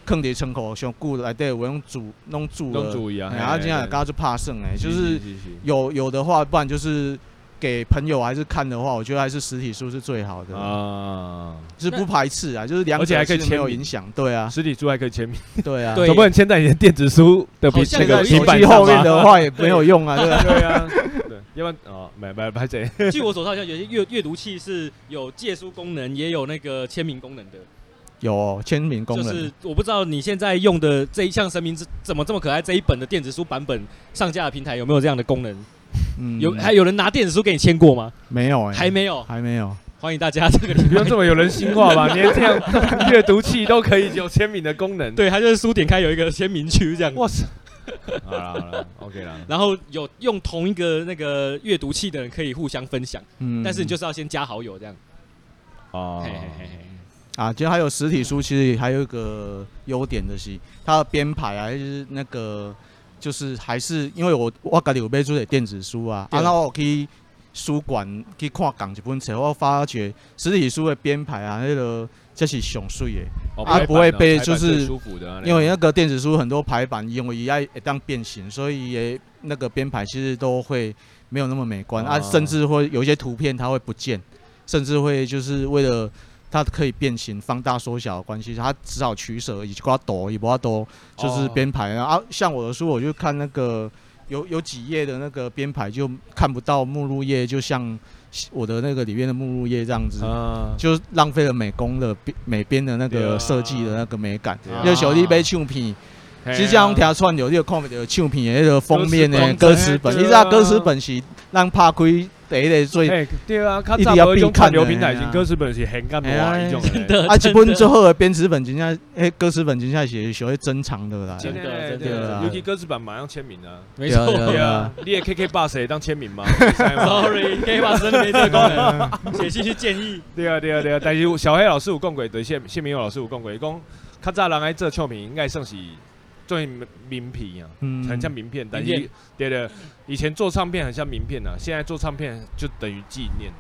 放伫仓库上久内底有用煮弄煮
拢
了，
注意啊，
哎啊，这样刚就怕剩哎，就是
嗯
有有的话，不然就是给朋友还是看的话，我觉得还是实体书是最好的，
啊，
就是不排斥啊，就是两
而且
者
还可以
是没有
签名
影响，对啊，
实体书还可以签名，
对啊，
对
总不能签在你的电子书的笔
好像
那个
有一
平
手
板
机
上吧
后面的话也没有用啊，对吧？
对啊，对，要不然哦，买买买这，
据我所知，好像有些阅阅读器是有借书功能，也有那个签名功能的。
有哦签名功
就
能
是，我不知道你现在用的这一项神明之怎么这么可爱这一本的电子书版本上架的平台有没有这样的功能？
嗯
有还有人拿电子书给你签过吗？
没有哎，
还没有，
还没有。
欢迎大家这个礼
你不 用
拜。
这么有人性化吧？连这样阅读器都可以有签名的功能，，
对，它就是书点开有一个签名区这样。
哇塞，好了好了，OK 啦，
然后有用同一个那个阅读器的人可以互相分享，
嗯
但是你就是要先加好友这样。
哦
嘿嘿嘿嘿
啊，其实还有实体书，其实还有一个优点的是，它的编排啊，就是那个就是还是因为我我家己有买出的电子书啊，
对
啊，然后我去书馆去看港一本册，我发觉实体书的编排啊，那个这是上水的，
哦
啊
排版
不会
啊排
被
版
就是
最舒服的啊，那
因为那个电子书很多排版，因为也爱当变形，所以也那个编排其实都会没有那么美观啊，
哦
甚至会有一些图片它会不见，甚至会就是为了它可以变形、放大、缩小的关系，它只好取舍，以及刮抖，也不要抖，就是
哦
编排啊。啊像我的书，我就看那个有有几页的那个编排就看不到目录页，就像我的那个里面的目录页这样子。
啊，
就浪费了美工的编美编的那
对啊
个设计的那个美感
对啊，啊
就小弟杯唱片，其实这样条串有你有看不到唱片的那个封面的
歌
歌
词
词
本
本，
对啊
你知道歌词本是咱拍开第一个最
哎，对啊，较
一
早
定要
无迄种
必看
流
的
平台
嘿
型
啊
歌词本是很干
嘿
嘛
啊
一种
真的，
啊，一
真
本
的
最后的编词本真正诶歌词本真正是属于珍藏的啦。
真的
对
真
的对啊
尤其歌词版马上签名啊，
没错。
对啊
对啊，你也 KK Bus 也当签名吗？ 可以塞吗
Sorry，K 法师没这个功
哎
能，写信去建议。
对啊，对啊，对啊！但是小黑老师有讲过，对谢谢明友老师有讲过，伊讲较早人爱做唱片，应该算是做名名片啊，
嗯
很像名片。但
名
是
片
对的，以前做唱片很像名片啊，现在做唱片就等于纪念。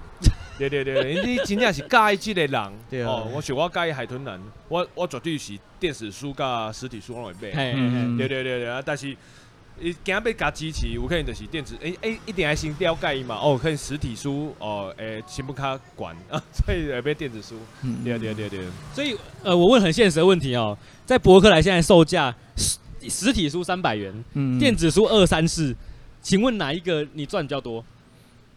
对对对，你真正是介意这个人，
对啊
哦，我想我介意海豚人，我我绝对是电子书甲实体书拢会买。
嘿嘿嘿
嗯
哎对对对对啊！但是伊今被加支持，有可能就是电子诶诶、一定还先了解伊嘛。哦，可能实体书哦诶，先不卡管啊，所以会被电子书。
嗯
对啊对啊对啊对啊，
所以，呃，我问很现实的问题哦，在博客来现在售价实实体书三百元，
嗯
电子书二三四，请问哪一个你赚比较多？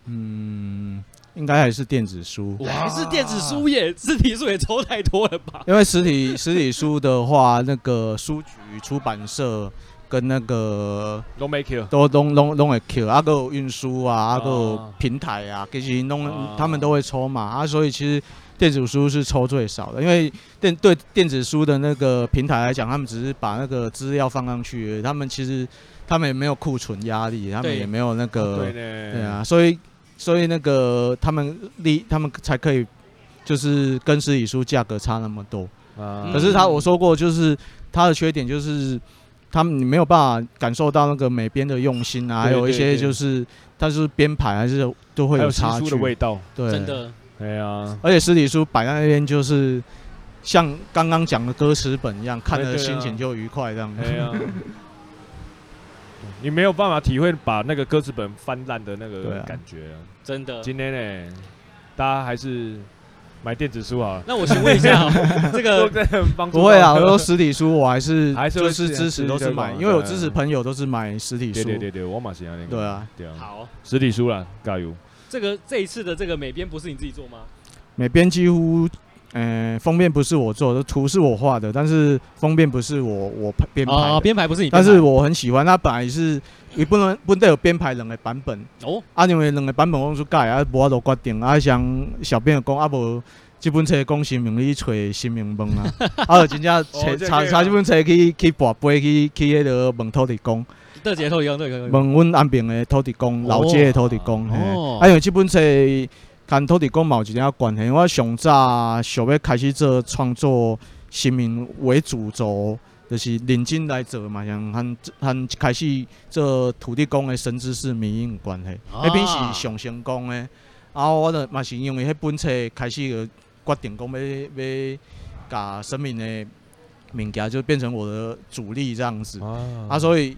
嗯，应该还是电子书，
我还哎是电子书也，实体书也抽太多了吧？
因为实体实体书的话，那个书局、出版社跟那个
拢没 Q
都拢拢拢会扣，啊，还有运输啊，啊，还有
啊
平台啊，其实拢、
啊
他们都会抽嘛，啊，所以其实电子书是抽最少的，因为电对电子书的那个平台来讲，他们只是把那个资料放上去而已，他们其实他们也没有库存压力，他们
对
也没有那个，
哦对呢，
对啊，所以所以那个他们利他们才可以就是跟实体书价格差那么多，
啊，
可是他我说过，就是他的缺点就是他们你没有办法感受到那个美编的用心啊，
对
还有一
对
些
对
就是它是编排还是都会
还有新
差
书
距
的味道，
对，
真。的，
对啊，
而且实体书摆在那边就是像刚刚讲的歌词本一样，看
哎
的
对啊
心情就愉快这样。
对啊。 你没有办法体会把那个歌词本翻烂的那
对
个
啊
感觉啊、
真的。
今天呢，大家还是买电子书好了。
那我询问一下 哦，这个
真的很帮助
不会啊，
到
我说实体书我还 是
还是会
就
支
是
持
支持都
支
是
持推
买，
广啊
因为我
对
支持朋友都是买实体
对
书，
对对对，我马上要那个。
对啊，
对啊，
好，
实体书啦，加油！
这个这一次的这个美编不是你自己做吗？
每边几乎。嗯，封面不是我做的，图是我画的，但是封面不是我我拍编排的
哦，编排不是你编
但
排，
是我很喜欢，它本来是伊本来本来有编排两个版本，
哦，
啊，因为两个版本我去改，啊，无法度决定，啊，像小编就讲啊，无即本册讲新名，你找新名问啊，啊，就真正
哦
查
这
查
个
查即本册去去跋杯去去迄个问土地公，
这节头一样，这个
问阮安平的土地公，老街的土地公，嘿
哦
啊，因为即本册。跟土地公嘛有一点仔关系，我上早想要开始做创作，新民为主轴，就是认真来做嘛，像和和一开始做土地公的神知识迷因有关系。迄本
啊
是上成功的，啊，我就嘛是因为迄本册开始就决定讲要要甲生命的物件就变成我的主力这样子，啊，
嗯
啊，
所以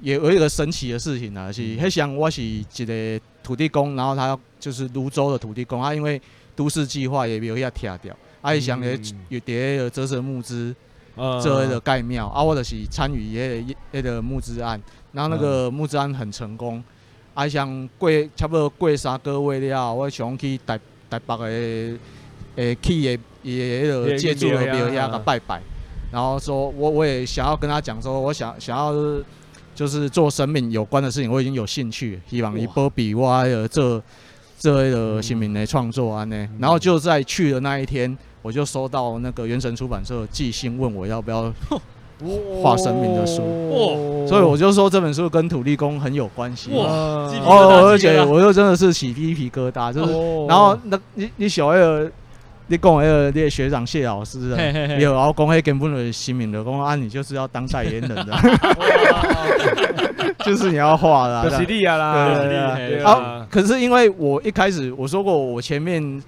也有一个神奇的事情啊，是迄像我是一个土地公，然后他就是泸州的土地公，他啊因为都市计划也没有要拆掉，啊，伊想咧
嗯
有伫个折射募资。
嗯
啊
做迄个盖庙啊，我就是参与迄个迄个募资案，然后那个募资案很成功，啊，像过差不多过三个月了，我想去台台北的诶去的伊的迄个借助的庙遐甲拜拜，然后说我我也想要跟他讲说，我想想要就是做生命有关的事情，我已经有兴趣，希望伊
哇
保庇我迄个做做迄个新民的创作安尼，然后就在去的那一天。我就收到那个原神出版社寄信问我要不要，画生命的书
哦
哇
所以我就说这本书跟土地公很有关系。
哇鸡皮疙
哇，
瘩
哦，而
鸡皮疙
且
瘩
我就真的是起鸡皮疙瘩，就是，
哦
然后那你你小那个，你讲那个你的学长谢老师啊，
嘿嘿嘿
也有然后讲那根本的新民的，讲啊你就是要当代言人
哦
的， 就是你要画的啊
就。是你啊啦，
对对
对
对
啊
啊，，
可是因为我一开始我说过，我前面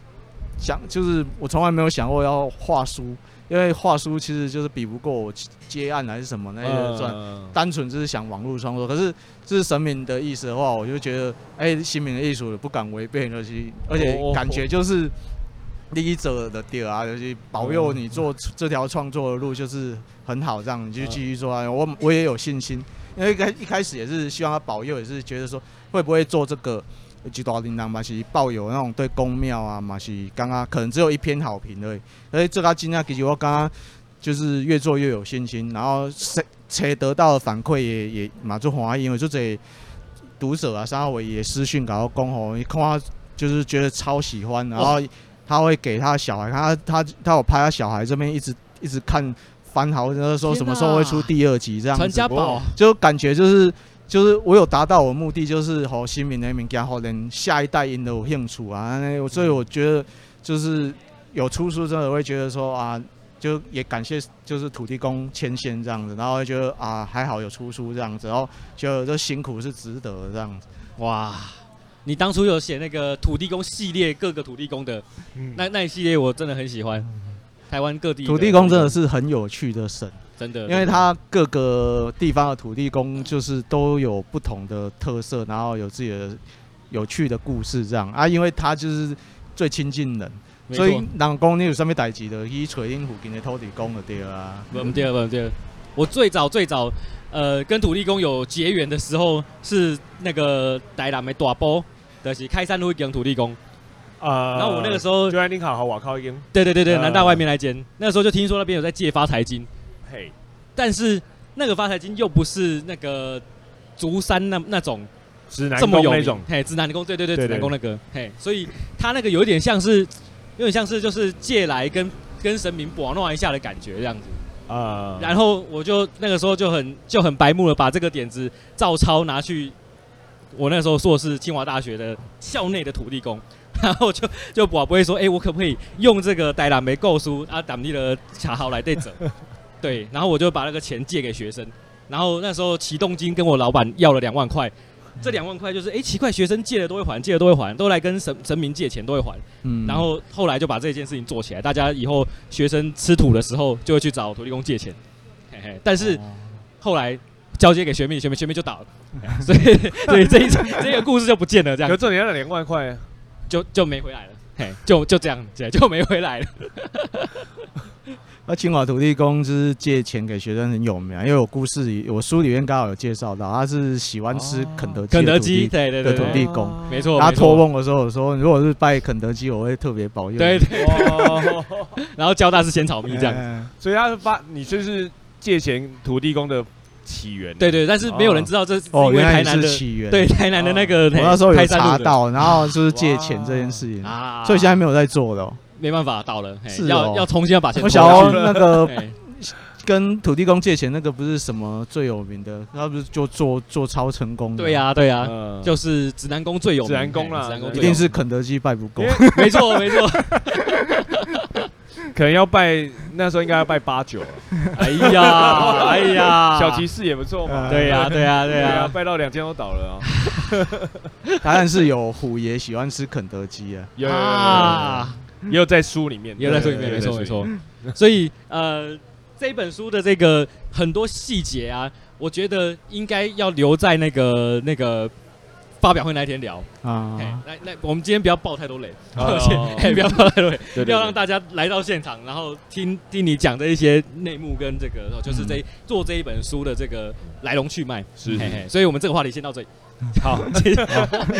想就是我从来没有想过要画书，因为画书其实就是比不过我接案还是什么那些赚，
嗯
单纯就是想网络创作。可是这是神明的意思的话，我就觉得，哎、新民的艺术不敢违背那些，而且
哦
感觉就是利益者的点啊，就是保佑你做这条创作的路就是很好，这样你就继续做
嗯
啊。我我也有信心，因为一开一开始也是希望他保佑，也是觉得说会不会做这个。几大铃铛嘛是抱有那种对公庙啊嘛是刚刚可能只有一篇好评而已，所以这个今天其实我刚刚就是越做越有信心，然后谁谁得到的反馈也也嘛做欢喜，因为就这读者啊啥我也私讯给我讲吼，你看我就是觉得超喜欢，然后他会给他小孩，他他他有拍他小孩这边一直一直看翻好，然后说什么时候会出第二集这样
传
子，
家宝，
就感觉就是。就是我有达到我的目的，就是吼新民的物件，吼人下一代因都有兴趣啊，安尼所以我觉得就是有出书真的会觉得说啊，就也感谢就是土地公牵线这样子，然后觉得啊还好有出书这样子，然后觉得这辛苦是值得的这样子。
哇！你当初有写那个土地公系列，各个土地公的
嗯
那那一系列，我真的很喜欢。台湾各地
土地公真的是很有趣的神，
真的，
因为他各个地方的土地公就是都有不同的特色，然后有自己的有趣的故事这样啊，因为他就是最亲近人，
没错
所以人讲你有什么代志的，去找恁附近的土地公就对了啊。
不对了，不对了。我最早最早，呃，跟土地公有结缘的时候是那个台南的大波，就是开山路一间土地公。
啊，
然后我那个时候，
就安你好好，我靠一根，
对对对对，
呃
南大外面那间，那时候就听说那边有在借发财金，
嘿，
但是那个发财金又不是那个竹山那那种
指南
这么
宫
有
那
名
种，
嘿，指南宫，对对对，
对
指
对
南宫那个，嘿，所以他那个有一点像是，有点像是就是借来跟跟神明玩弄一下的感觉这样子。
啊，
然后我就那个时候就很就很白目了，把这个点子照抄拿去我那时候硕士清华大学的校内的土地公，然后就就我不会说，哎、我可不可以用这个台南没购书啊，当地的卡好来对整， 对，然后我就把那个钱借给学生，然后那时候启动金跟我老板要了两万块。这两万块就是，哎、奇怪，学生借了都会还，借了都会还，都来跟神神明借钱都会还。
嗯
然后后来就把这件事情做起来，大家以后哦
哦
学生吃土的时候就会去找土地公借钱，嘿嘿。但是后来交接给学妹，学妹学妹就 倒了，所以所以这 一这个故事就不见了，这
可
样
这年那两万块，
就就没回来了，嘿，就就这样子就没回 来了。
那清华土地公就是借钱给学生很有名啊，因为我故事里我书里面刚好有介绍到，他是喜欢吃
哦
肯德基的
肯德
土
基，
地
对对对
的
对
土地公
哦
没。错，
他
没
托
错，
梦的时候，我说如果是拜肯德基，我会特别保佑你。
对对，
哇
然后交大是先炒
哎，
米这样，
哦所以他是发你就是借钱土地公的起源，
对对，但是没有人知道这是
哦，
因为
原来
台
你
南
是
的
起源。
对，台南的那个
我那时候有
开山路
查
的
到，然后就是借钱这件事情，
啊，
所以现在没有在做了哦。
没办法倒了，嘿
是
要
哦
要重新要把钱拖
我想
下
要
去。
那个
嘿
跟土地公借钱那个不是什么最有名的，他不是就做做超成功的？
对，呀对呀，
嗯，
啊就是指南宫最有名，
指南宫啦
嘿指南宫
一
最有
定
名
是肯德基拜不够
因。为
没错 没错。
可能要拜那时候应该要拜八九了，啊
哎 呀哎呀，
小骑士也不错嘛，
对呀 对呀对
对啊，
呀，
拜到两间都倒了啊，
当然是有虎爷喜欢吃肯德基啊，
有有有有有
啊，
有也有在书里面，
也有在这里面，没错没错。所以呃，这本书的这个很多细节啊，我觉得应该要留在那个那个发表会那一天聊。 嘿
啊，
来来，我们今天不要爆太多雷，
哦
而且 嘿不要爆太多雷，
对，对
要让大家来到现场，然后听听你讲的一些内幕跟这个，哦就是这一做这一本书的这个来龙去脉。
嗯是
嘿嘿，所以我们这个话题先 到这里。好，切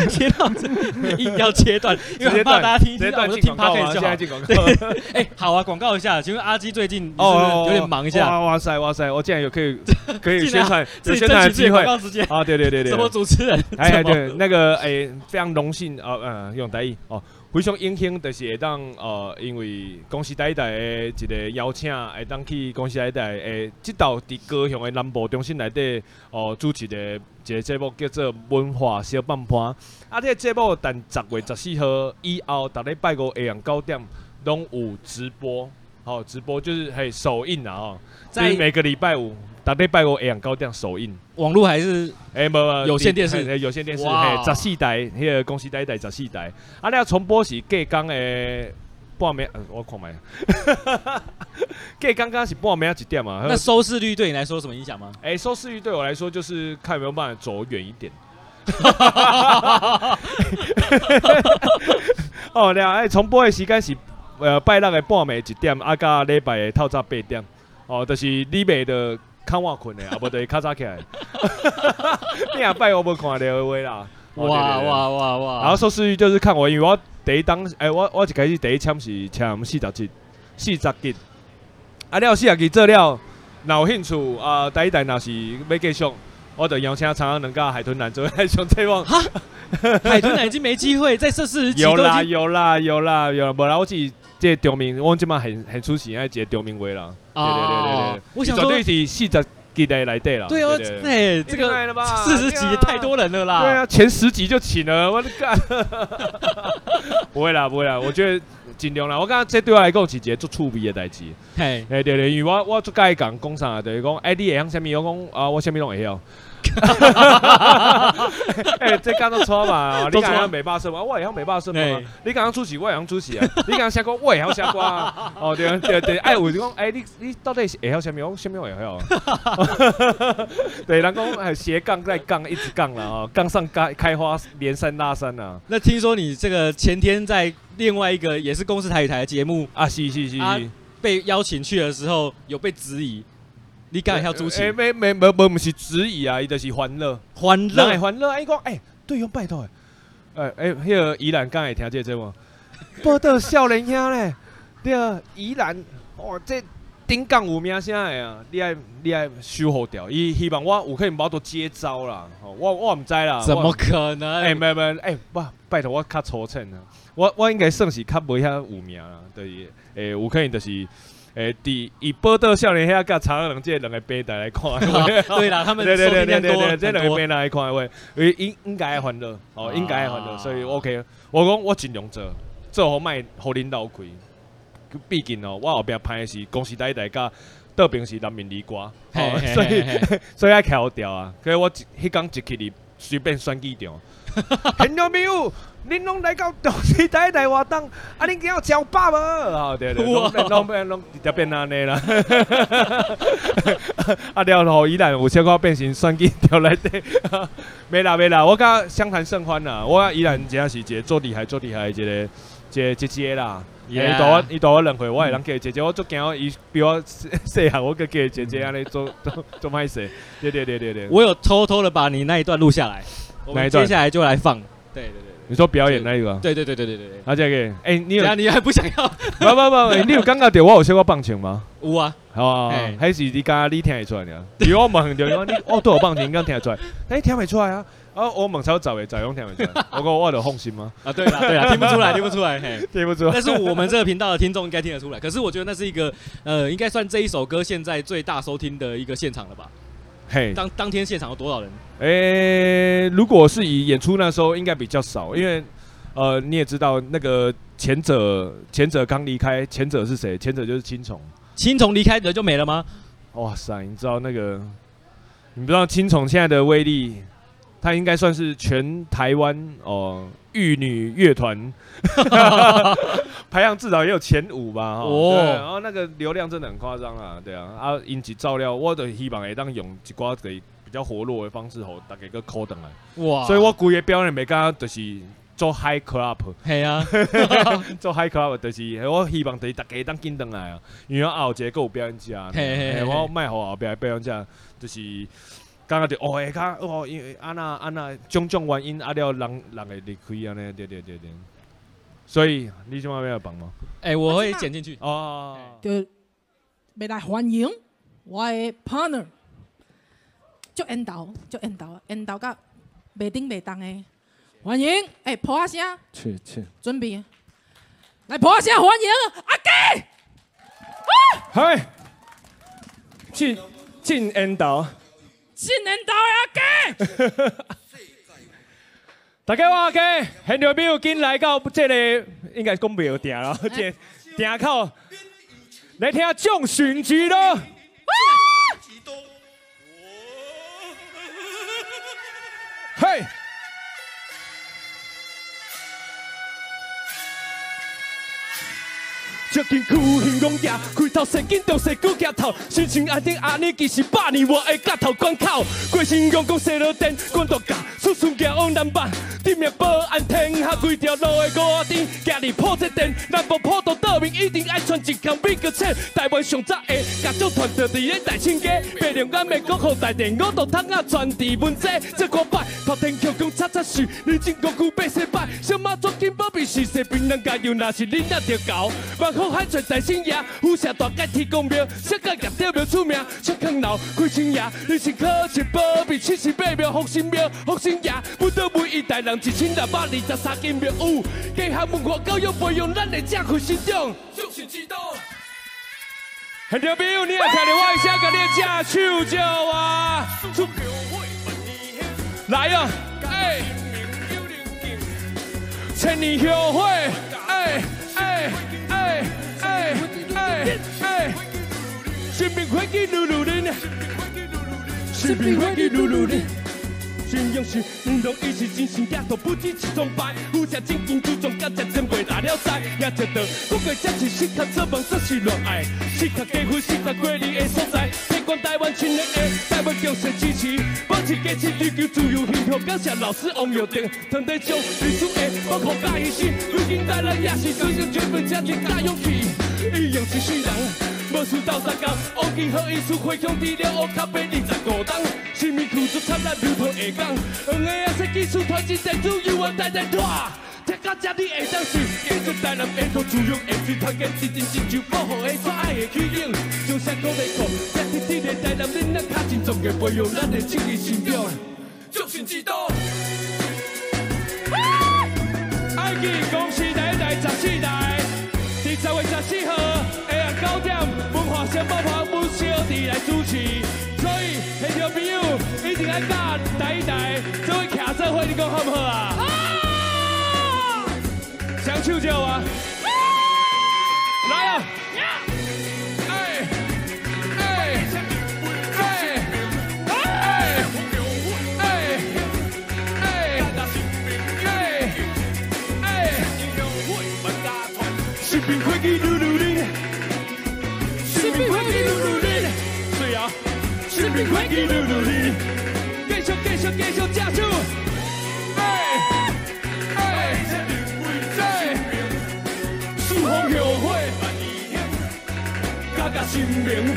切到这里，硬要切断，因
直接
为很怕
断
大家听一
直
听
接
到我
断
们
进
听
广告
p o d
啊，现
就好
在。进广告哦
对。， 哎、好啊，广告一下，请问阿基最近是不是有点忙一下，
哇哇塞哇塞！我竟然有 可以可以
竟然
宣传哦有
自
宣
己
传
争
的
取自己
机
的
会
广告时间。
啊！对对对对，
什么主持人？
哎
怎
哎
么
对，那个哎非常荣幸啊呃用台语哦，非常荣幸就是会当呃因为公司台台的一个邀请，会当去公司台台诶，即道伫高雄的南部中心内底哦主持一个一个节目叫做文化小半盘，啊这个节目等十月十四号以后，逐礼拜五下晏九点拢有直播。哦，直播就是嘿首映啊，哦，在
在
每个礼拜五，逐礼拜五下晏九点首映。
网络还是
哎、无无
有线电视
哎有线电视，
哇
嘿，十四台，迄、个公司台台十四台，啊，那重播是隔工的半暝、呃，我看麦， 隔工刚是半暝啊一点嘛？
那收视率对你来说有什么影响吗？
哎、收视率对我来说就是看有没有办法走远一点。 哦，了，哎，重播的时间是呃拜六的半暝一点，啊，甲礼拜的透早八点。哦，就是你袂的看我困的，啊，无就是较早起来。 你若拜我无看到的话啦。哦
哇！
对对对
哇哇哇！
然后收视率就是看我，因为我第一档，哎、我我一开始第一签是签四十集，四十集，啊了四十集做了，若有兴趣啊、第一代若是要继续，我就邀请长安人甲海豚男做海 上这望。
啊海豚奶已经没机会，在这四十集
有
都已
啦
经
有啦有啦有啦，无啦，我是这中名，我即马很很出奇，爱个中名话啦。对对对对对
哦，我想
绝
说，
对是四十集的内底啦。
对哦，
对
哎，这个 四十集也太
多。
多人了啦。
啊对啊，前十集就请了，我的干，不会啦，不会啦，我觉得尽量啦。我刚刚这对我来讲是一个做趣味的代志。
嘿，
哎、对对，因为我我做介讲讲啥，就是讲，哎、你会晓啥物？我讲啊，我啥物拢会 晓。哎、这讲都错嘛，你
都
讲
错
晓美霸社嘛，哦我会晓美霸社嘛
哎。
你讲出席，我会晓出席啊。你讲写歌，我会晓写歌啊。哦，对对对，哎，有就讲，哎、你你到底是会晓啥物？我啥物会晓啊。 对，人讲哎斜杠再杠，一直杠啦哦，杠上开开花，连山拉山啊。
那听说你这个前天在另外一个也是公司台语台的节目
啊，是是是是。
啊被邀请去的时候，有被质疑，你敢会晓主
哎，
持？
没没没没，不是质疑啊，伊就是欢乐。
欢
人会
乐
欢乐，哎，讲哎，对方拜托哎，哎哎，迄个宜兰刚会听这个节 目，报道少年兄咧，对啊，宜兰，哦，这顶港有名声的啊，你爱你爱修好掉，伊希望我有可能把我都接招啦，哦我我毋知啦，
怎么
我？
可
哎，
能？
没没，哎，哇，拜托我较粗浅啊，我我应该算是较无遐有名啦，就是，哎，有可能就是。诶，第以报道少年遐甲长人这两个平台来看，
对啦，他们
对对
收
对对
听量
对
多
对，
很
这两个
多。啊
边来看的话，因应应该会欢乐，哦，应该会欢乐，所以 OK，我讲我尽量做，做好卖互恁老亏。毕竟哦，我后壁拍的是公司代代甲倒边是南面离歌，
嘿
哦
嘿
所以
嘿嘿
所以爱调调啊。所以我一迄工一去哩
随便选机 场。很多朋友，恁拢来到同时台台活动，啊，恁今有食有饱无？啊，对对，拢拢变拢直接变安尼啦。啊，了后依然有小可变成选机条内底。没啦没啦，我甲相谈甚欢啦。我依然真正是一个做厉害做厉害的一个一个姐姐啦。伊
Yeah
大我伊大我两岁，我会人叫伊姐姐，我足惊我伊比我细细汉，我个叫伊姐姐安尼做做做歹势。对对对对对，
我有偷偷的把你那一段录下来，我
哪
们
一段
接下来就来放。对对
你说表演那一个啊，
对对对对对对对
啊这个，哎，你
对。
有
等下你还不想要？
不不不，你有感觉到我有小可放情吗？
有啊，
哦，
嘿
还是你刚你听得出来呢？如果我问着你，哦，对我放情，刚听得出来，哎，听不出来啊。啊，我问超早的，早用听不出来。我讲我有放心吗？
啊对啦对啦，听不出来听不出来，嘿。
听不出来
但。是我们这个频道的听众应该听得出来。可是我觉得那是一个呃，应该算这一首歌现在最大收听的一个现场了吧？
嗯
嘿，
当当天现场有多少人？
诶、如果是以演出那时候，应该比较少，因为呃，你也知道那个前者前者刚离开，前者是谁？前者就是青虫。
青虫离开的就没了吗？
哇塞，你知道那个，你不知道青虫现在的威力，他应该算是全台湾哦、玉女乐 团 排行至少也有前五吧。哦
哦，
对然后那个流量真的很夸张啊，对啊，啊，因此照料，我的希望会当用一寡个比较活络的方式，吼大家个扣上来。
哇！
所以我规个表演袂敢就是做 high club，
嘿啊，
做 high club 就是我希望就是大家当紧转来啊，因为我后一个还有表演者，
嘿
嘿
嘿嘿
我卖互后壁的表演者就是。刚刚就哦，会较哦，因为安那安那种种原因，啊了人人会离开安尼，对对对对。所以你今晚要帮吗？
哎、我会剪进去。
哦，
啊
就要来欢迎我的 partner，足缘投，足缘投，缘投到袂顶袂动的，欢迎，哎、抱啊声，
确切。
准备，来抱啊声，欢迎阿基，
嗨，进进烟道，
新缘投的阿基，
大家好，大家很久没有进来到这个，应该讲庙店了，这店口来听众巡局咯。嘿，照近区形戆行，开头细紧着细骨夹头，心情安定安尼，其实百年我的夹头关口，过身戆戆西落电，管大家，处处行往南北，对面保安天下规条路的五丁，行入破这店，咱无破到倒面，一定爱穿一件美国切，台湾上早的甲种团队伫咧大清街，白龙眼美国号大电，我都通啊传递文字，这个摆头天桥讲擦擦树，你真戆久八十摆，小马抓紧宝贝是说槟榔加油，若是恁若着搞，万好海找财神爷，辐射大街天公庙，世界业着庙出名，出坑楼开新爷，你是考一宝贝七十八庙，福神庙，福神爷，不得不一代人一千六百二十三间庙有，加合文化教育培养咱的正确信仰，就是之道。很牛逼！你也听到我一声，甲你的正手叫啊！来啊！哎、千年后悔，哎哎哎哎哎哎，新兵快去撸撸恁，新兵快去撸撸恁。信用是运动，伊是真心也都不止一种牌。有食正经，注重感情，真袂打了知。也一道，讲过才是适合做梦，煞是恋爱。适合结婚，适合过日的所在。台湾台湾亲人的，台湾强势支持，保持家庭追求自由幸福。感谢老师王耀庭，堂弟将历史的包括大一心，如今带来也是水上绝本，才是大勇气。伊用一世人。无事斗三工，乌金好意思回乡治了乌卡白二十五档，新民区出产咱流通下港，黄的啊说技术团进电子游啊代代拖，听到这你会当是继续台南下土自由下水团结一定真就保护下煞爱的起影，将山口内裤，这天天的台南恁咱较真重嘅培养咱的正义信仰，就是之道。爱记公司第一代十四代，二十月十四号下晏九点，文化城爆棚阮小弟来主持。所以，听众朋友一定要甲第一代做位徛做伙，你讲好不好啊？双手叫啊！来啊！哎哎哎哎哎！哎兵快去努努力，对啊，士兵快去努努力，继续继续继续加速。哎哎哎，四方后悔，家家心明，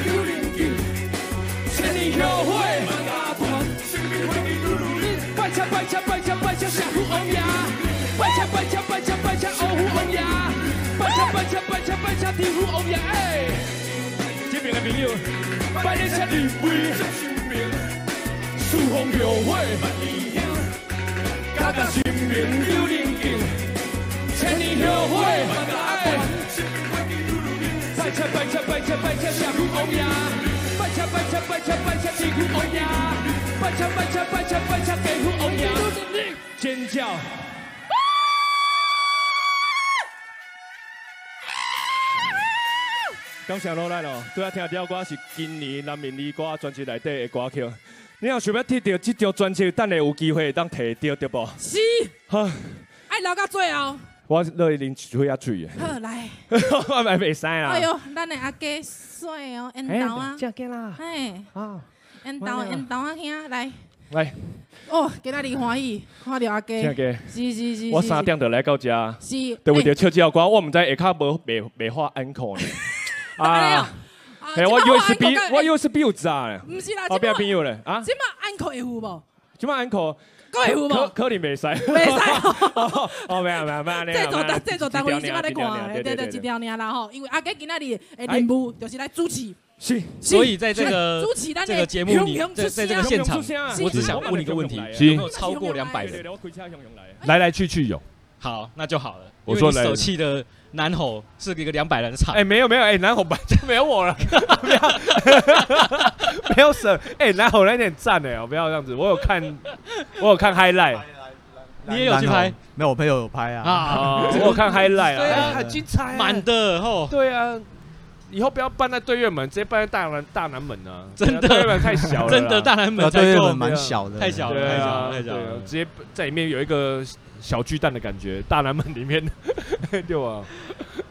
千年后悔，拜车拜车拜车拜车，社会王爷，拜车拜车拜车拜车，欧虎王爷，拜车拜车拜车拜车，天虎王爷，哎。这边的朋友，拜你车离位，四方后悔，家家心明有灵境，千年后悔，哎，拜车拜车拜车拜车，社区王爷，拜车拜车拜车拜车，地区王爷，拜车拜车拜车拜车，地区王爷，尖叫！感谢老咱哦，对我听到歌是今年南闽里歌专辑内底的歌曲。你若想要摕到这张专辑，等下有机会会当摕到，对不？
是，
好，
爱留到最后。
我乐意啉一杯仔水的，
好来，
我咪袂使
哎
啦。
哟，咱的阿家水哦，缘投啊，
啊哎这个啦，
嘿，
啊，
缘投缘投啊兄来，
来，
哦，今仔日欢喜，看到阿家，
听个，
是是是，
我
是
三点就来到遮，
是，
对不
哎
对？？唱这首歌，我毋知下骹无袂袂画 uncle 呢。
安尼哦，啊
嘿，我
这摆按
USB
扣到
我
哎
USB 有炸呢，
不是啦，
后
这
壁
摆
朋友呢？啊，
这摆按扣会有无？
即摆 uncle
够会有
可
无？
可能袂使。
袂使哦。
哦，没有没有没有，
这座单这座单位即摆在看，
对对
对对，
对
一
对，
条命啦吼，因为阿家今仔日的任务就是来主持，
是。
哎所以在这
是
个
主持咱
这
的
个节目里
雄，雄
在
出啊
在
声
这个现场，
是
我只想问一个问
啊
题：
是
有没有超过两百
对
人？
我开车用用来。
来来去去有。
好，那就好了。
我
因为
说
你
来
手气的男吼是一个两百人场
哎、，没有没有，哎、南红白就没有我了，没有省，哎、南红那点赞哎，不要这样子，我有看，我有看 highlight
你也有去拍？
没有，我朋友有拍啊。
啊
啊，，我有看 highlight
对
啊，
啊
哎很精彩、啊，
满的吼，
对啊，以后不要办在对院门，直接办在大南大南门啊，
真的
对院门太小了啦，
真的大南门
那
才
啊对
够
门蛮小的，
太小了，
对
太小
啊，
了，太小
对啊
了，
直。接在里面有一个小巨蛋的感觉，大南门里面， 对啊，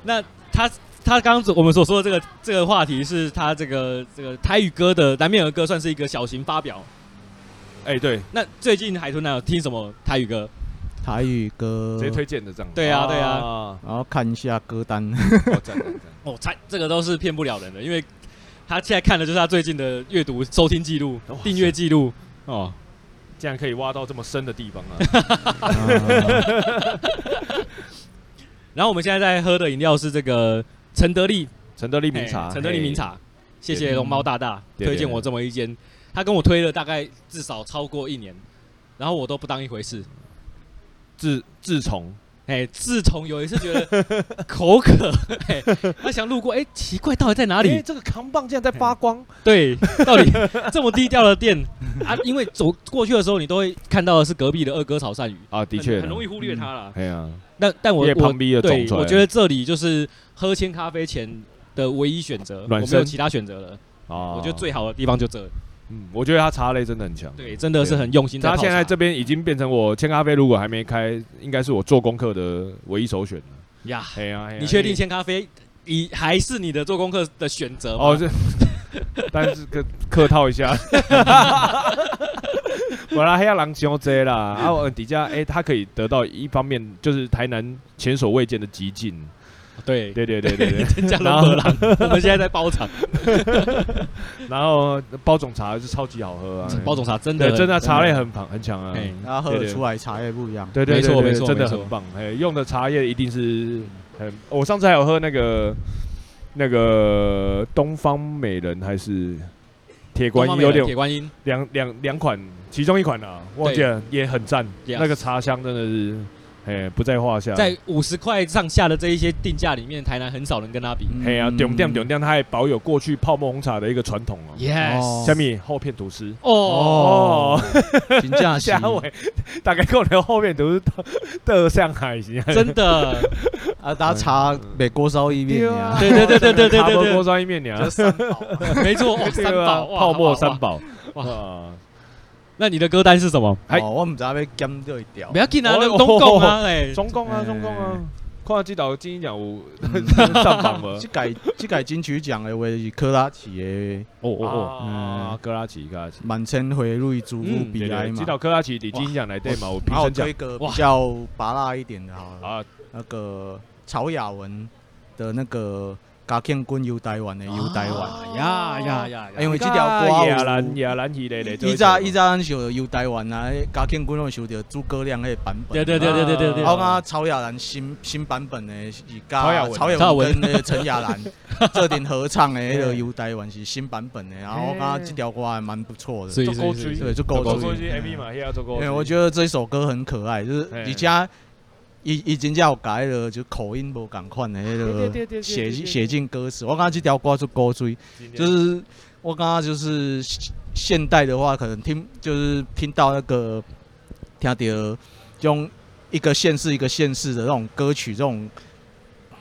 那他他刚刚我们所说的这个这个话题是他这个这个台语歌的南面儿歌算是一个小型发表。
哎、对，
那最近海豚男有听什么台语歌？
台语歌
直接，推荐的这样，
对啊对啊
啊，
然后看一下歌 单，
哦赞赞赞。
哦，猜这个都是骗不了人的，因为他现在看的就是他最近的阅读、收听记录
哇、
订阅记录。哦，
竟然可以挖到这么深的地方啊！
啊
然后我们现在在喝的饮料是这个 陈德利
陈德利名茶，
嘿陈德利名茶，谢谢
对嗯
龙猫大大
对
推荐我这么一间，他跟我推了大概至少超过一年，然后我都不当一回事。
自自从
哎，自从有一次觉得 口渴，哎，他想路过，哎，奇怪，到底在哪
哪
里？
这个扛棒竟然在发光，
对，到底这么低调的店啊？因为走过去的时候，你都会看到的是隔壁的二哥炒鳝鱼，
啊，的
很
确，
很容易忽略它啦。
哎呀，
但但我
夜
我
旁边的
对
种，出来
我觉得这里就是喝千咖啡前的唯一选择，我
暖
没
身
有其他选择了。
啊
我觉得最好的地方就这，
嗯，我觉得他茶类真的很强。
对，真的是很用心在
他
泡茶。
现在这边已经变成我千咖啡，如果还没开，应该是我做功课的唯一首选了。
呀，
哎呀， 嘿啊
你确定千咖啡以还是你的做功课的选择吗？
哦， 这，但是客客套一 下，我啦，黑亚狼熊贼啦，啊，我底下哎，他可以得到一方面就是台南前所未见的激进，
对，
对对对对 对，
加龙德朗，我们现在在包场，
然后包种茶是超级好 喝啊，
包种茶真的
对，
很
真的茶类很强很强啊，
哎
然后喝得出来茶也不一样。
对对
没错
对对
没错
真的
没
很
错
棒，哎，用的茶叶一定是很，我上次还有喝那个那个东方美人还是铁
东
观
方
音，
美人
有点
铁观音，
两两两款，其中一款啊，忘记了，也很赞
Yes
那个茶香真的是，哎、不在话下。
在五十块上下的这一些定价里面，台南很少能跟他比。
哎呀，
嗯
点点点点，它还保有过去泡沫红茶的一个传统哦。
Yes，
哦
下面后片吐司
哦，
哦，评 价
下尾大概可能后面都是到到上海一样。
真的，
啊，打茶美锅烧意面啊呀，
啊
对对对对 对对对
茶包锅烧意面娘
这，三宝
啊
没错，哦
对
三
啊
宝哇
泡沫
哇
三
哇
宝。
哇
哇，
那你的歌单是什么？
哎
哦，我唔知要减到一条
不，要紧啊，
哦
那个东贡啊，哎，
中共啊，
哎
中共啊，看这道金鹰奖有 上榜无？
即届即届金曲奖的话是科拉奇的
哦
哦哦
啊
嗯，
格拉奇，格拉奇
《满城回路祖父比
嗯对
来
对
嘛
这。道格拉奇伫金鹰奖内底嘛有评
然后
审奖
推个比
哇
较拔辣一点的好了，
啊，
那个曹雅文的那个《家庆君游台湾》的游
啊
台湾，
呀呀呀！
哎
因为这条歌
亚
有
兰亚兰系列的，
以前以前咱想到游台湾啊，迄家庆君拢想到诸葛亮迄个版本。
对对对对对对对
然后啊，曹雅兰新新版本的是加
曹雅文
曹雅
文
文
跟那个陈雅兰这点合唱的那个游台湾是新版本的，然后啊这条歌还蛮不错的
所，以
做
所
高
以所
追，
以
对，就够
做高
了。
追 A V 嘛，遐做高
因
追。
为我觉得这首歌很可爱，就是
嘿
而且伊伊真正有改了，就口音无共款的迄个写写进歌词。我感觉这条歌就古锥，
得
就是我刚刚就是现代的话，可能听就是听到那个听到用一个县市一个县市的那种歌曲，这种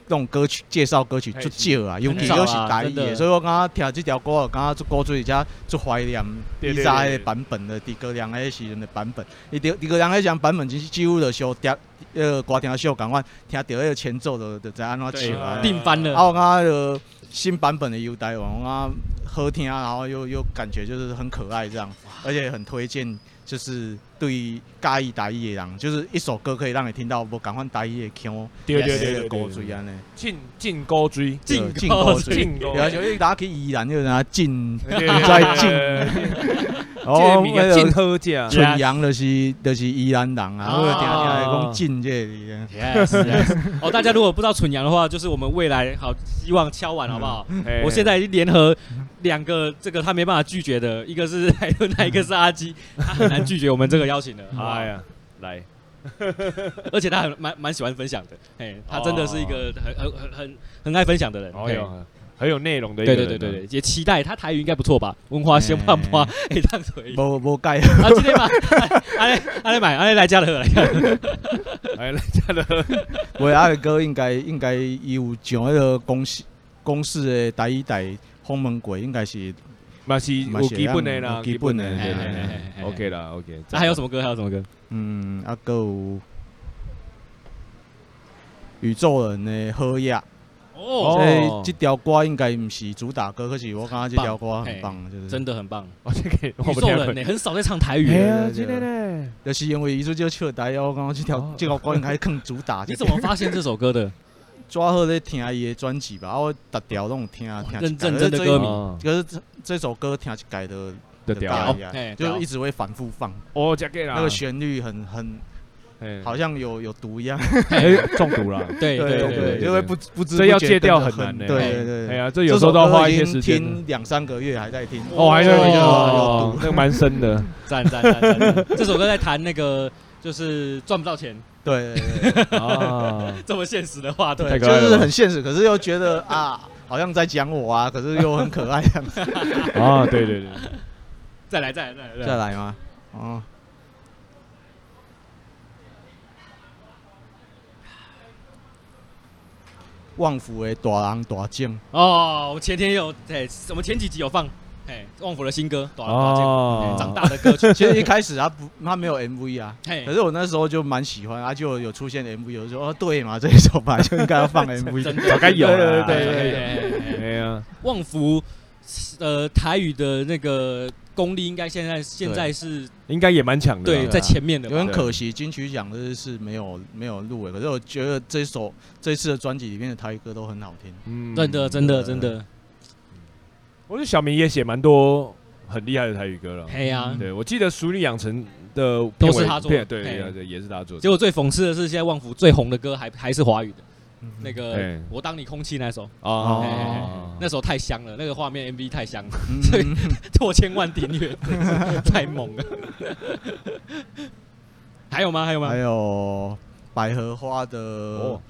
那种歌曲介绍歌曲
嘿
就少啊，尤其
少啊
又是台语
真
的，
的
所以我刚刚听这条歌，我刚刚就古锥，而且就怀念
对
以
对
前
对
的版本的诸葛亮迄时阵的版本，伊诸诸葛亮迄张版本就是几乎就像听呃歌听小共款，听到迄个前奏就就知安怎唱啊。
对
定翻
啊，
了，
我刚刚的新版本的 U 台湾，我刚好听啊，然后又又感觉就是很可爱这样，而且很推荐，就是对于嘉义台语的人，就是一首歌可以让你听到不赶快台语的腔，
对对
也是
对
那
对
个
对
古 锥安尼，
进进高追，
进
进
口
口
水
水
进高
然后就一打去宜兰，就让他进，
在
然后
进
那个
进喝价，
春阳就是就是宜兰人啊，
哦
我听听来讲进这里啊，
Yes, yes 哦，大家如果不知道纯阳的话，就是我们未来好希望敲完好不好？
嗯
我
哎
现在已经联合两个这个他没办法拒绝的，一个是海豚奶，一个是阿 基，他很难拒绝我们这个邀请的。好不好
哎呀，来，
而且他很蛮蛮喜欢分享的，哎，他真的是一个很很很很很爱分享的人。
哦
嘿
哟，很有内容的一个
对
人
对
啊，
对对对，也期待他台语应该不错吧？文化先判花，哎，这样可以。
无无改，
啊，今天吧，阿来阿来买，阿来来家乐来家乐。
哎，人家的
我阿个歌应该应该伊有上迄个公司公司的台语台访问过，应该是
嘛是有基本的啦，
有基本的
基
嘿
本
嘿
的
嘿嘿嘿
OK 啦，OK。
那还有什么歌？还有什么歌？
嗯，啊，还有宇宙人的好呀，
哦，
所以
哦
这，条歌应该不是主打歌，可是我感觉这条歌很棒，就是
真的很棒。
我哦这 个我
宇
不
宙
听
人欸
过。
呢，很少在唱台语
哎
耶。
呀，真的嘞，
就是因为伊做这笑台，我感觉这条
哦
这条歌应该更主打。
你怎么发现这首歌的？
抓好在听伊的专辑吧？啊我逐条拢有听听一
认
次。
认真的歌迷
哦
可是这，可是这这首歌听一改的
就掉
哦。嘿
就
对
一直会反复放，
哦，这个啦，
那个旋律很很
嘿
好像有有毒一样。
哎中毒了。
对对
对
对对，
就会不不知
这要
不觉
戒掉
地
很
哼
难呢
对对
哎
对。
呀，这有时候都要花一些时
这首
间
歌已
的
经。听两三个月还在听。
哦，还是
所以就有
哦
毒，
那个蛮深 的。
赞赞赞赞赞！ 这首歌在谈那个就是赚不到钱
对对对
啊，
这么现实的话题。
对
太
对，
可
就
爱了
是很现实，可是又觉得啊，好像在讲我啊，可是又很可爱这样子。
啊，对对对，
再来再来再来
再，来吗？哦，旺福的大人大将，
哦，我前天有哎，我们前几集有放哎旺福的新歌《短发间》哎，
哦，
长大的歌曲。
其实一开始他不，他没有 MV 啊。
嘿
可，是我那时候就蛮喜欢，啊，就有出现 MV，我就说哦，对嘛，这一首吧就应该要放 MV，
真的
早该有了啦，
对对
早该
对
有了
对对对
哎呀，
旺福呃台语的那个功力应该现在现在是
应该也蛮强的啦。
对在前面的吧，
有点可惜，金曲奖这是没有没有入围。可是我觉得这首这次的专辑里面的台语歌都很好听。
嗯
真的真的真的，
我觉得小明也写蛮多很厉害的台语歌了。
嘿呀。
对，我记得《熟女养成》的
都
片
是
尾
他做
片
的
对
嘿
对对，也是他做的。
结果最讽刺的是，现在旺福最红的歌还还是华语的，那
哎
个我当你空气那首，
嘿嘿嘿
哦，
那首太香了，那个画面 MV 太香了，
嗯
所以破千万订阅， 真是太猛了。还有吗？还有吗
还？有百合花的
嗯哦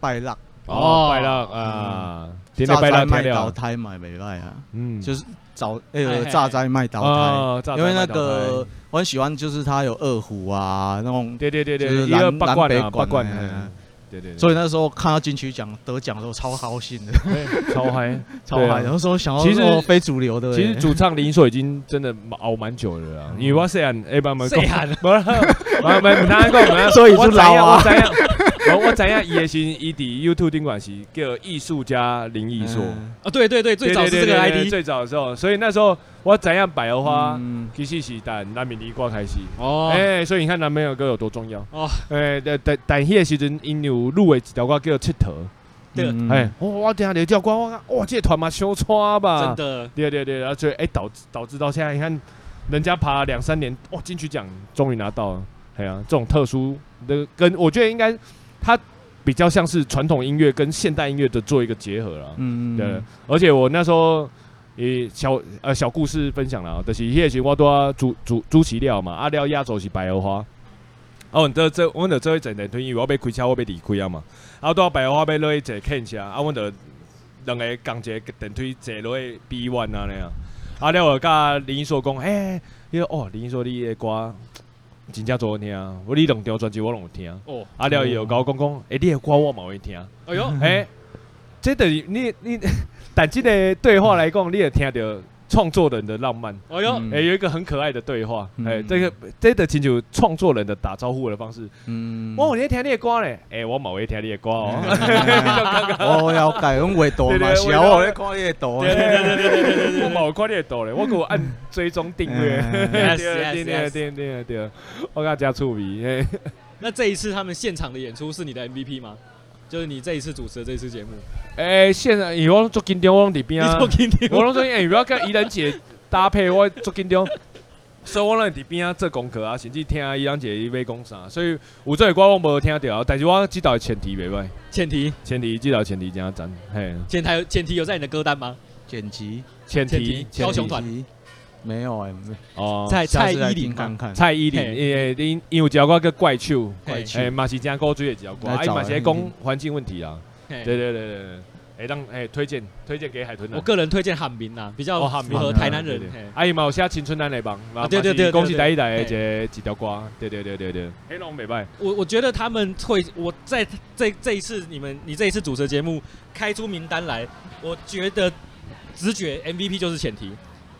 拜浪，
哦，拜了啊，天天
榨
拜
菜
了，
麦
天
倒
了，
胎买没卖啊？
嗯
就是早
哎
呃
哎
榨菜麦倒胎，
哦，炸
因为
弹麦
那
倒
个
胎
我很喜欢，就是它有二胡啊那种，
对对对
就
对，
是
一二
南
八
南
冠
北
啊，八
管
冠
哎，
嗯对对，
所
以
以那时候看到金曲奖得奖的时候超高兴 的，
超嗨。
超
对啊
嗨。然后说想要
啊其实
哦非主流的欸，
其实主唱林硕已经真的熬蛮久了啦，因为我虽然哎，不不
谁喊？
不，不不，不，不，不，不，
所以就老啊
我知影，我我知影伊的是伊伫 YouTube 顶管是叫艺术家林艺硕，
嗯
啊，对对对，最早是这
对对
个
对对
ID
最早的时候，所以那时候我知影百合花
嗯
其实是但南闽离瓜开始。
哦，
哎、所以你看男朋友歌有多重要
哦
哦！哎、但但但迄个时阵，因有入围一条歌叫《佚佗》，
对
嗯
哎、我我听着叫歌，我讲哇，这个团嘛相差吧，
真的，
对对对，然后所以哎导致导致到现在，你看人家爬了两三年，哇，金曲奖终于拿到了，哎呀、这种特殊的跟我觉得应该它比较像是传统音乐跟现代音乐的做一个结合了，
嗯
对，而且我那时候。也小呃小故事分享了，就是迄个时候我拄啊主主主席了嘛，啊了亚洲是白荷花，啊，阮这这阮着这一整天推，因为我要开车，我要离开啊嘛，啊拄啊白荷花要落去坐 K 车，啊阮着两个共一个电梯坐落去 B one 啊那样，啊了我甲林一硕讲，嘿、伊说哦林一硕你的歌真正好听，啊我你两条专辑我拢有听，
哦，
啊了伊有甲我讲讲，诶、你的歌我嘛会听。
哎呦，
哎、这等于你你，但这个对话来讲，你也听到创作人的浪漫。
哎呦，
嗯
哎、有一个很可爱的对话，哎、
嗯
这个这个亲像创作人的打招呼的方式。
嗯
我有在听你的歌嘞，哎、我冇会听你的歌哦。
我了解，阮画图
对
嘛
对
是啊，
画图
我咧看伊的 图
对
咧。
对对对对对对，嗯我冇看你的歌嘞，我给我按追踪订阅。对
Yes,
对
yes,
对
yes
对对对，我感觉趣味。哎
那这一次他们现场的演出是你的 MVP 吗？就是你这一次主持的这一次节目，
哎，现在以后做紧张，我拢伫边
你
啊
做。给你
我拢说，哎、欸，不要跟怡人姐搭配，我足紧张。所以我拢伫边仔做功课啊，甚至听怡人姐伊要讲啥，所以有这个歌我无听到，但是我知道的前提袂歹，
前提
前提知道的前提真赞，嘿，
前台前提有在你的歌单吗？
剪辑，
前
前
提
提高雄团
剪辑没有哎，没
哦，蔡
蔡
下
蔡
次来
依林
听看
吗？
看。
蔡依林，诶，
嘿
因因有一条歌叫怪兽，
嘿
诶，嘛是真古锥的一条歌，
来
啊伊
找
嘛是
来
在
听
讲
听
环境问题啊，
嘿
对对对对对，诶，让诶推荐推荐给海豚啊
我，个人推荐汉民呐，比较
哦汉
符
民
合
啊
台南
对
人
对。
嘿啊
啊伊嘛有写青春男的帮，嘛
对对
嘛是
对对
恭喜
对
台一台的一个一条歌，对对对对对，黑龙袂歹。
我我觉得他们会，我在这这一次你们你这一次主持的节目开出名单来，我觉得直觉 MVP 就是前提，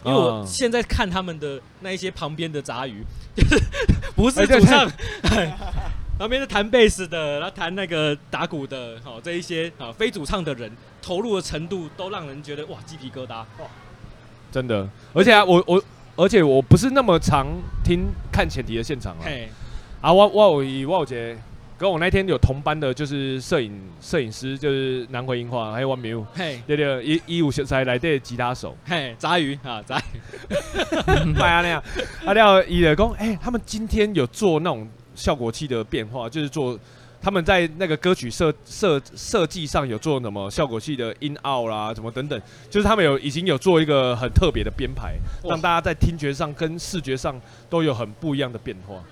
因为我
嗯
现在看他们的那一些旁边的杂鱼，就是 不是
哎对
主唱， 旁边是弹贝斯的，然后弹那个打鼓的，好、这一些啊非主唱的人投入的程度都让人觉得哇鸡皮疙瘩，
真的。而且啊，我我而且我不是那么常听看前提的现场啊。
嘿，
啊，我我有我有杰跟我那天有同班的，就是摄影摄影师，就是南回樱花，还有 One m i u
嘿，
对对，一一五才来的吉他手，
嘿，杂鱼啊，杂鱼，
拜啊那样，啊廖伊的讲，哎、他们今天有做那种效果器的变化，就是做他们在那个歌曲设设设计上有做什么效果器的音奥啦，什么等等，就是他们有已经有做一个很特别的编排，
哇
让大家在听觉上跟视觉上都有很不一样的变化。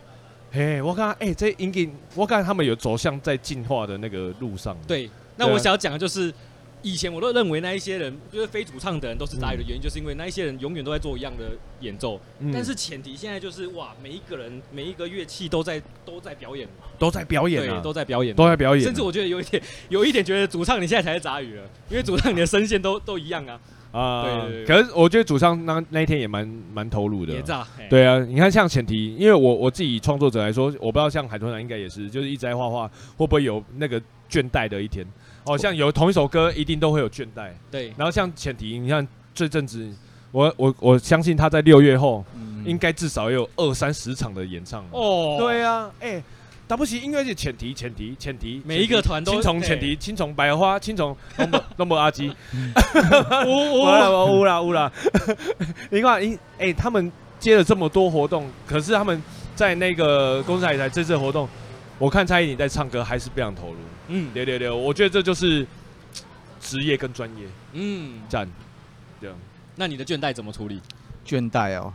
嘿，我看，哎、这应该，我看他们有走向在进化的那个路上。，
对，那
对啊
我想要讲的就是，以前我都认为那一些人就是非主唱的人都是杂鱼的原因，就是因为那一些人永远都在做一样的演奏。
嗯
但是前提现在就是哇，每一个人每一个乐器都在都在表演，
都在表演啊
对，，都在表演，
都在表演啊、
甚至我觉得有一点有一点觉得主唱你现在才是杂鱼了，因为主唱你的声线都都一样啊，
啊、
对对对
可是我觉得主唱那那一天也蛮蛮投入的
别
啊。
炸。哎嘿，
对啊，你看像前提，因为我我自己创作者来说，我不知道像海豚男应该也是，就是一直在画画，会不会有那个倦怠的一天？哦，像有同一首歌，一定都会有倦怠。
对，
然后像前提，你看这阵子，我我我相信他在六月后，
嗯
应该至少也有二三十场的演唱。哦，
哦，
对啊，哎、打不起音乐节前提前提前提，
每一个团都
青虫
嘿
前提，青虫百合花，青虫东 北东北阿基，
呜，
我啦
哦
我乌啦乌啦， 你看，因哎，他们接了这么多活动，可是他们在那个公司海台这次活动，我看蔡依林在唱歌还是非常投入。
嗯
对对对，我觉得这就是职业跟专业
嗯，
战。这样，
那你的倦怠怎么处理？
倦怠哦，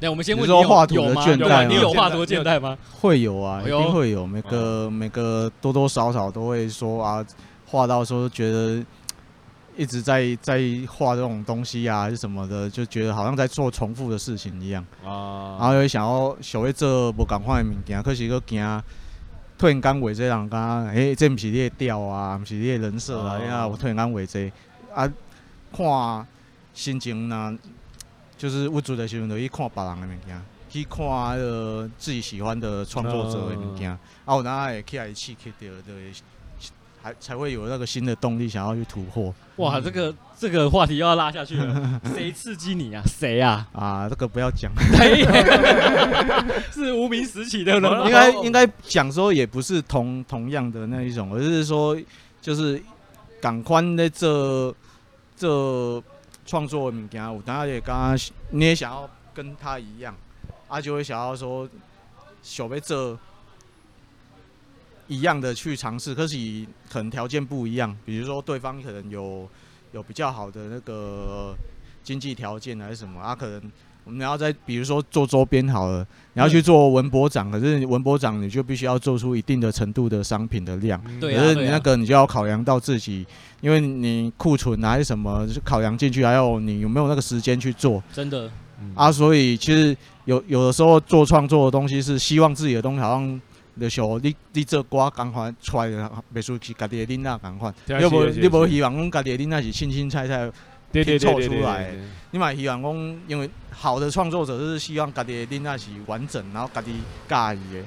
那我们先问
你说
有
画图的
有吗？
倦
有吗
怠
你
吗
有画图的倦怠吗？
会有啊，一
哎呦
定会有。每个每个多多少少都会说啊，画到时候觉得一直在在画这种东西啊，还是什么的，就觉得好像在做重复的事情一样。
啊，
然后又会想要想要做无共款的物件，可是佫惊突然间画这人讲，诶、这毋是你的调啊，毋是你的人设啊，
哦
你看我突然间画这啊，看心情呐，就是有做的时阵就去看别人的物件，去看迄个自己喜欢的创作者的物件，啊，有哪会起来刺激到，就会还才会有那个新的动力想要去突破
哇，这个这个话题又要拉下去 了，谁刺激你啊？谁啊？
啊。这个不要讲，
谁 是无名拾起的啊呢？
应该应该讲说也不是同同样的那一种，而是说就是赶快在这这创作的物件，有当也刚刚你也想要跟他一样，啊就会想要说想要做一样的去尝试，可是可能条件不一样，比如说对方可能有有比较好的那个经济条件还是什么，啊可能。我们要在比如说做周边好了，你要去做文博展，可是文博展你就必须要做出一定的程度的商品的量，
嗯
对
可
啊
是你
对啊
那个你就要考量到自己，因为你库存啊还是什么，就考量进去，还有你有没有那个时间去做
真的，
嗯
啊。所以其实有有的时候做创作的东西是希望自己的东西好像。的时候，你你这歌赶快出来，袂输去家己的囡仔赶快。
对啊
你无
是的是的
你无希望讲家己的囡仔是清清菜菜，
对对对
拼凑
对对
出来
对
你嘛希望讲，因为好的创作者就是希望家己的囡仔是完整，然后家己喜意的，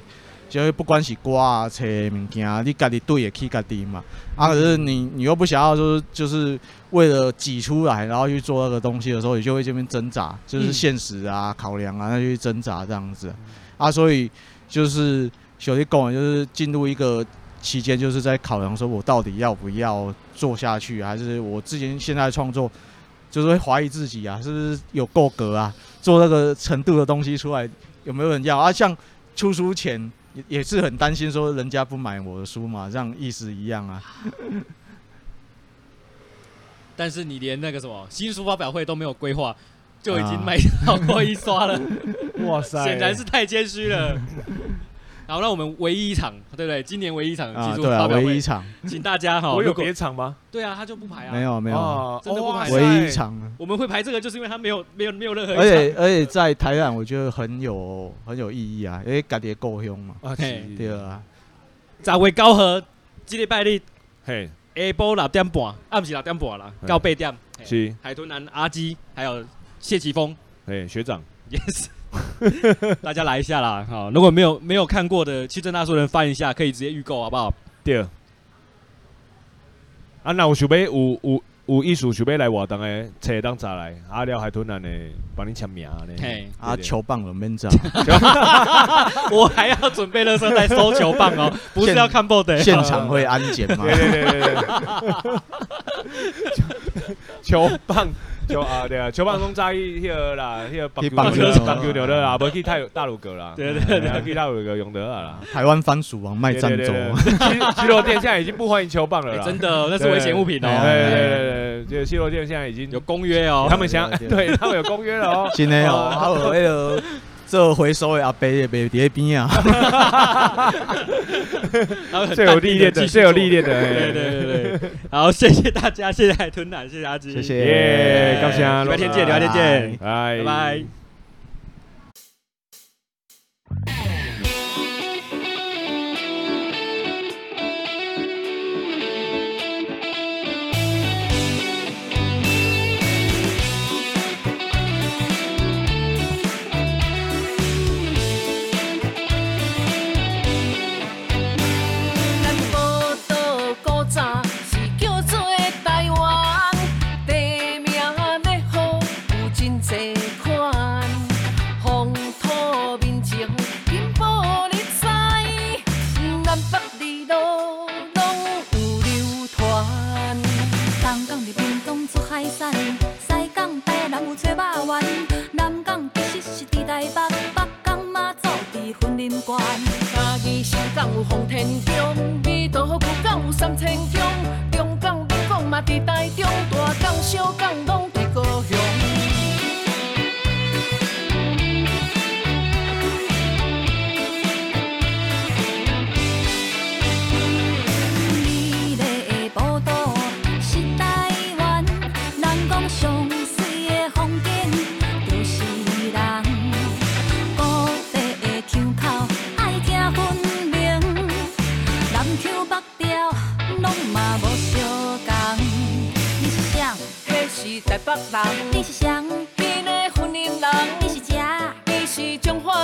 就是不管是歌啊、册的物件，你家己对得起家己嘛。啊，可是你你又不想要说，就是为了挤出来，然后去做那个东西的时候，你就会这边挣扎，就是现实啊、考量啊，那就去挣扎这样子。啊，所以就是小弟讲的，就是进入一个期间，就是在考量说我到底要不要做下去，还是我之前现在的创作，就是会怀疑自己啊，是不是有够格啊，做那个程度的东西出来有没有人要啊？像出书前也也是很担心说人家不买我的书嘛，这样意思一样啊。
但是你连那个什么新书发表会都没有规划，就已经
啊
卖到过一刷 了，
对哇塞
显然是太谦虚了。好，那我们唯一一场，对不对？今年唯一一场
啊，
技术
对
发
啊，
表
唯一
会
一，场
请大家哈，
我有
如果
别场吗？
对啊，他就不排啊，
没。有没有，
啊
真的不
哇
排
塞
唯一一场啊。
我们会排这个，就是因为他没有没有没有任何一
而且
场，
而且在台湾，我觉得很有很有意义啊，因为家己的故乡嘛，
啊，
嘿
是
对，啊。
十月九号，这礼拜日
嘿，
下晡六点半，啊不是六点半啦，到八点。嘿
是，
海豚男阿基，还有谢奇峰
嘿，哎学长，
，yes，大家来一下啦！好，如果没有没有看过的，去正大说人翻一下，可以直接预购，好 不好？
对。啊，那有想要有有有艺术想要来活动的，找当查来，啊，了海豚人的帮你签名呢。
嘿，
啊，球棒有面罩，
我还要准备垃圾袋收球棒 哦，不是
现
要看 b o 的。
现场会安检吗
对？对对对对对。球棒，球啊，对啊，球棒拢早去迄个啦，迄个
去
棒
棒
球
球
棒球场了啦，无去泰大鲁阁啦，
对对
啊去大鲁阁用得了啦。
台湾番薯王卖
对
赞
对
助，
对对西西罗店现在已经不欢迎球棒了
哎
啦，
真的，那是危险物品
对
哦，
对对对对，这个西罗店现在已经
有公约哦
哎他。们想，
对。
对他们有公约了哦
真的哦，还有那个做回收的阿伯也袂伫边啊，
他们很
最
淡
有
定
历
地
练
继
的，
续
最有
做
历。练的，哎
对对对对对，好，谢谢大家，谢谢海豚男，谢谢阿基，
谢
哎
谢
耶，感谢，
礼拜天见，礼拜天见，
拜
拜拜。。
咱宝岛古早是叫做台湾，地名要好有真济款，风土民情金宝你知，南北二路拢有流传。
东港伫屏东出海产，西港台南有炊肉丸，南港其实是伫台北，北港妈祖伫婚姻关。
嘉义新港有洪天宫，美岛古港有三千宫，中港、北港嘛伫台中，大港、小港拢伫高雄。
美丽的宝岛是台湾，咱讲上水的风景就是人。土地的腔口爱听分明，南腔北调拢嘛无相共。你是谁？
迄是台北人，
你是谁？
你的婚姻人，
你是谁？
你是中华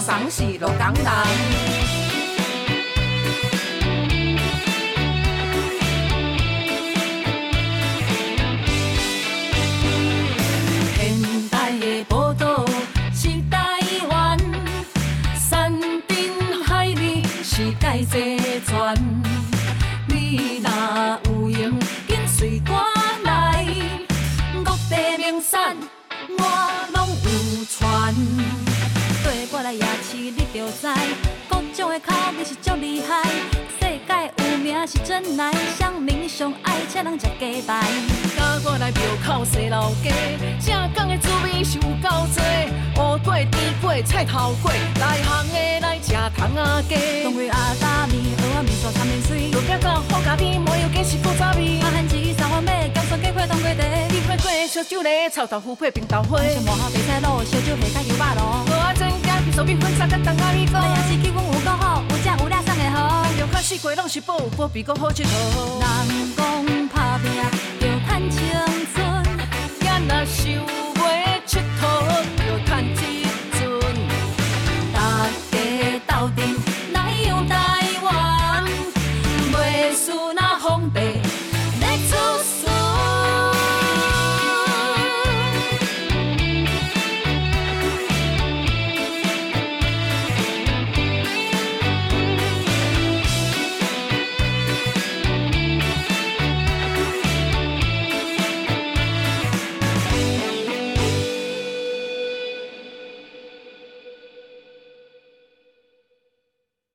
赏是鹿港人。
现代的报道是台湾，山珍海味是界齐全。你若有闲，紧随我来，各地名产我拢有传。对我来夜市，你就知，各种的口味是足厉害。世界有名是真来，乡民上爱请人食鸡排。
甲我来庙口西老街，正港的滋味是有够多。乌粿、甜粿、菜头粿，内行的来吃糖仔
当
鸡。
归阿达面，蚵仔面线三明水。
路边到好咖啡，麻油鸡是古早味
阿。汉子三碗尾，甘酸鸡块当归茶。
你配过烧酒咧，臭豆腐配冰豆花。
红烧麻花白菜卤，烧酒虾甲油肉
无
炉。
啊，真假皮酥米粉，三甲东阿米糕
咱。也是去阮有够好，有食有俩送会好。
就较四季哎拢是宝，宝比佫好佚佗。
人讲打拼着趁青春，
咱若想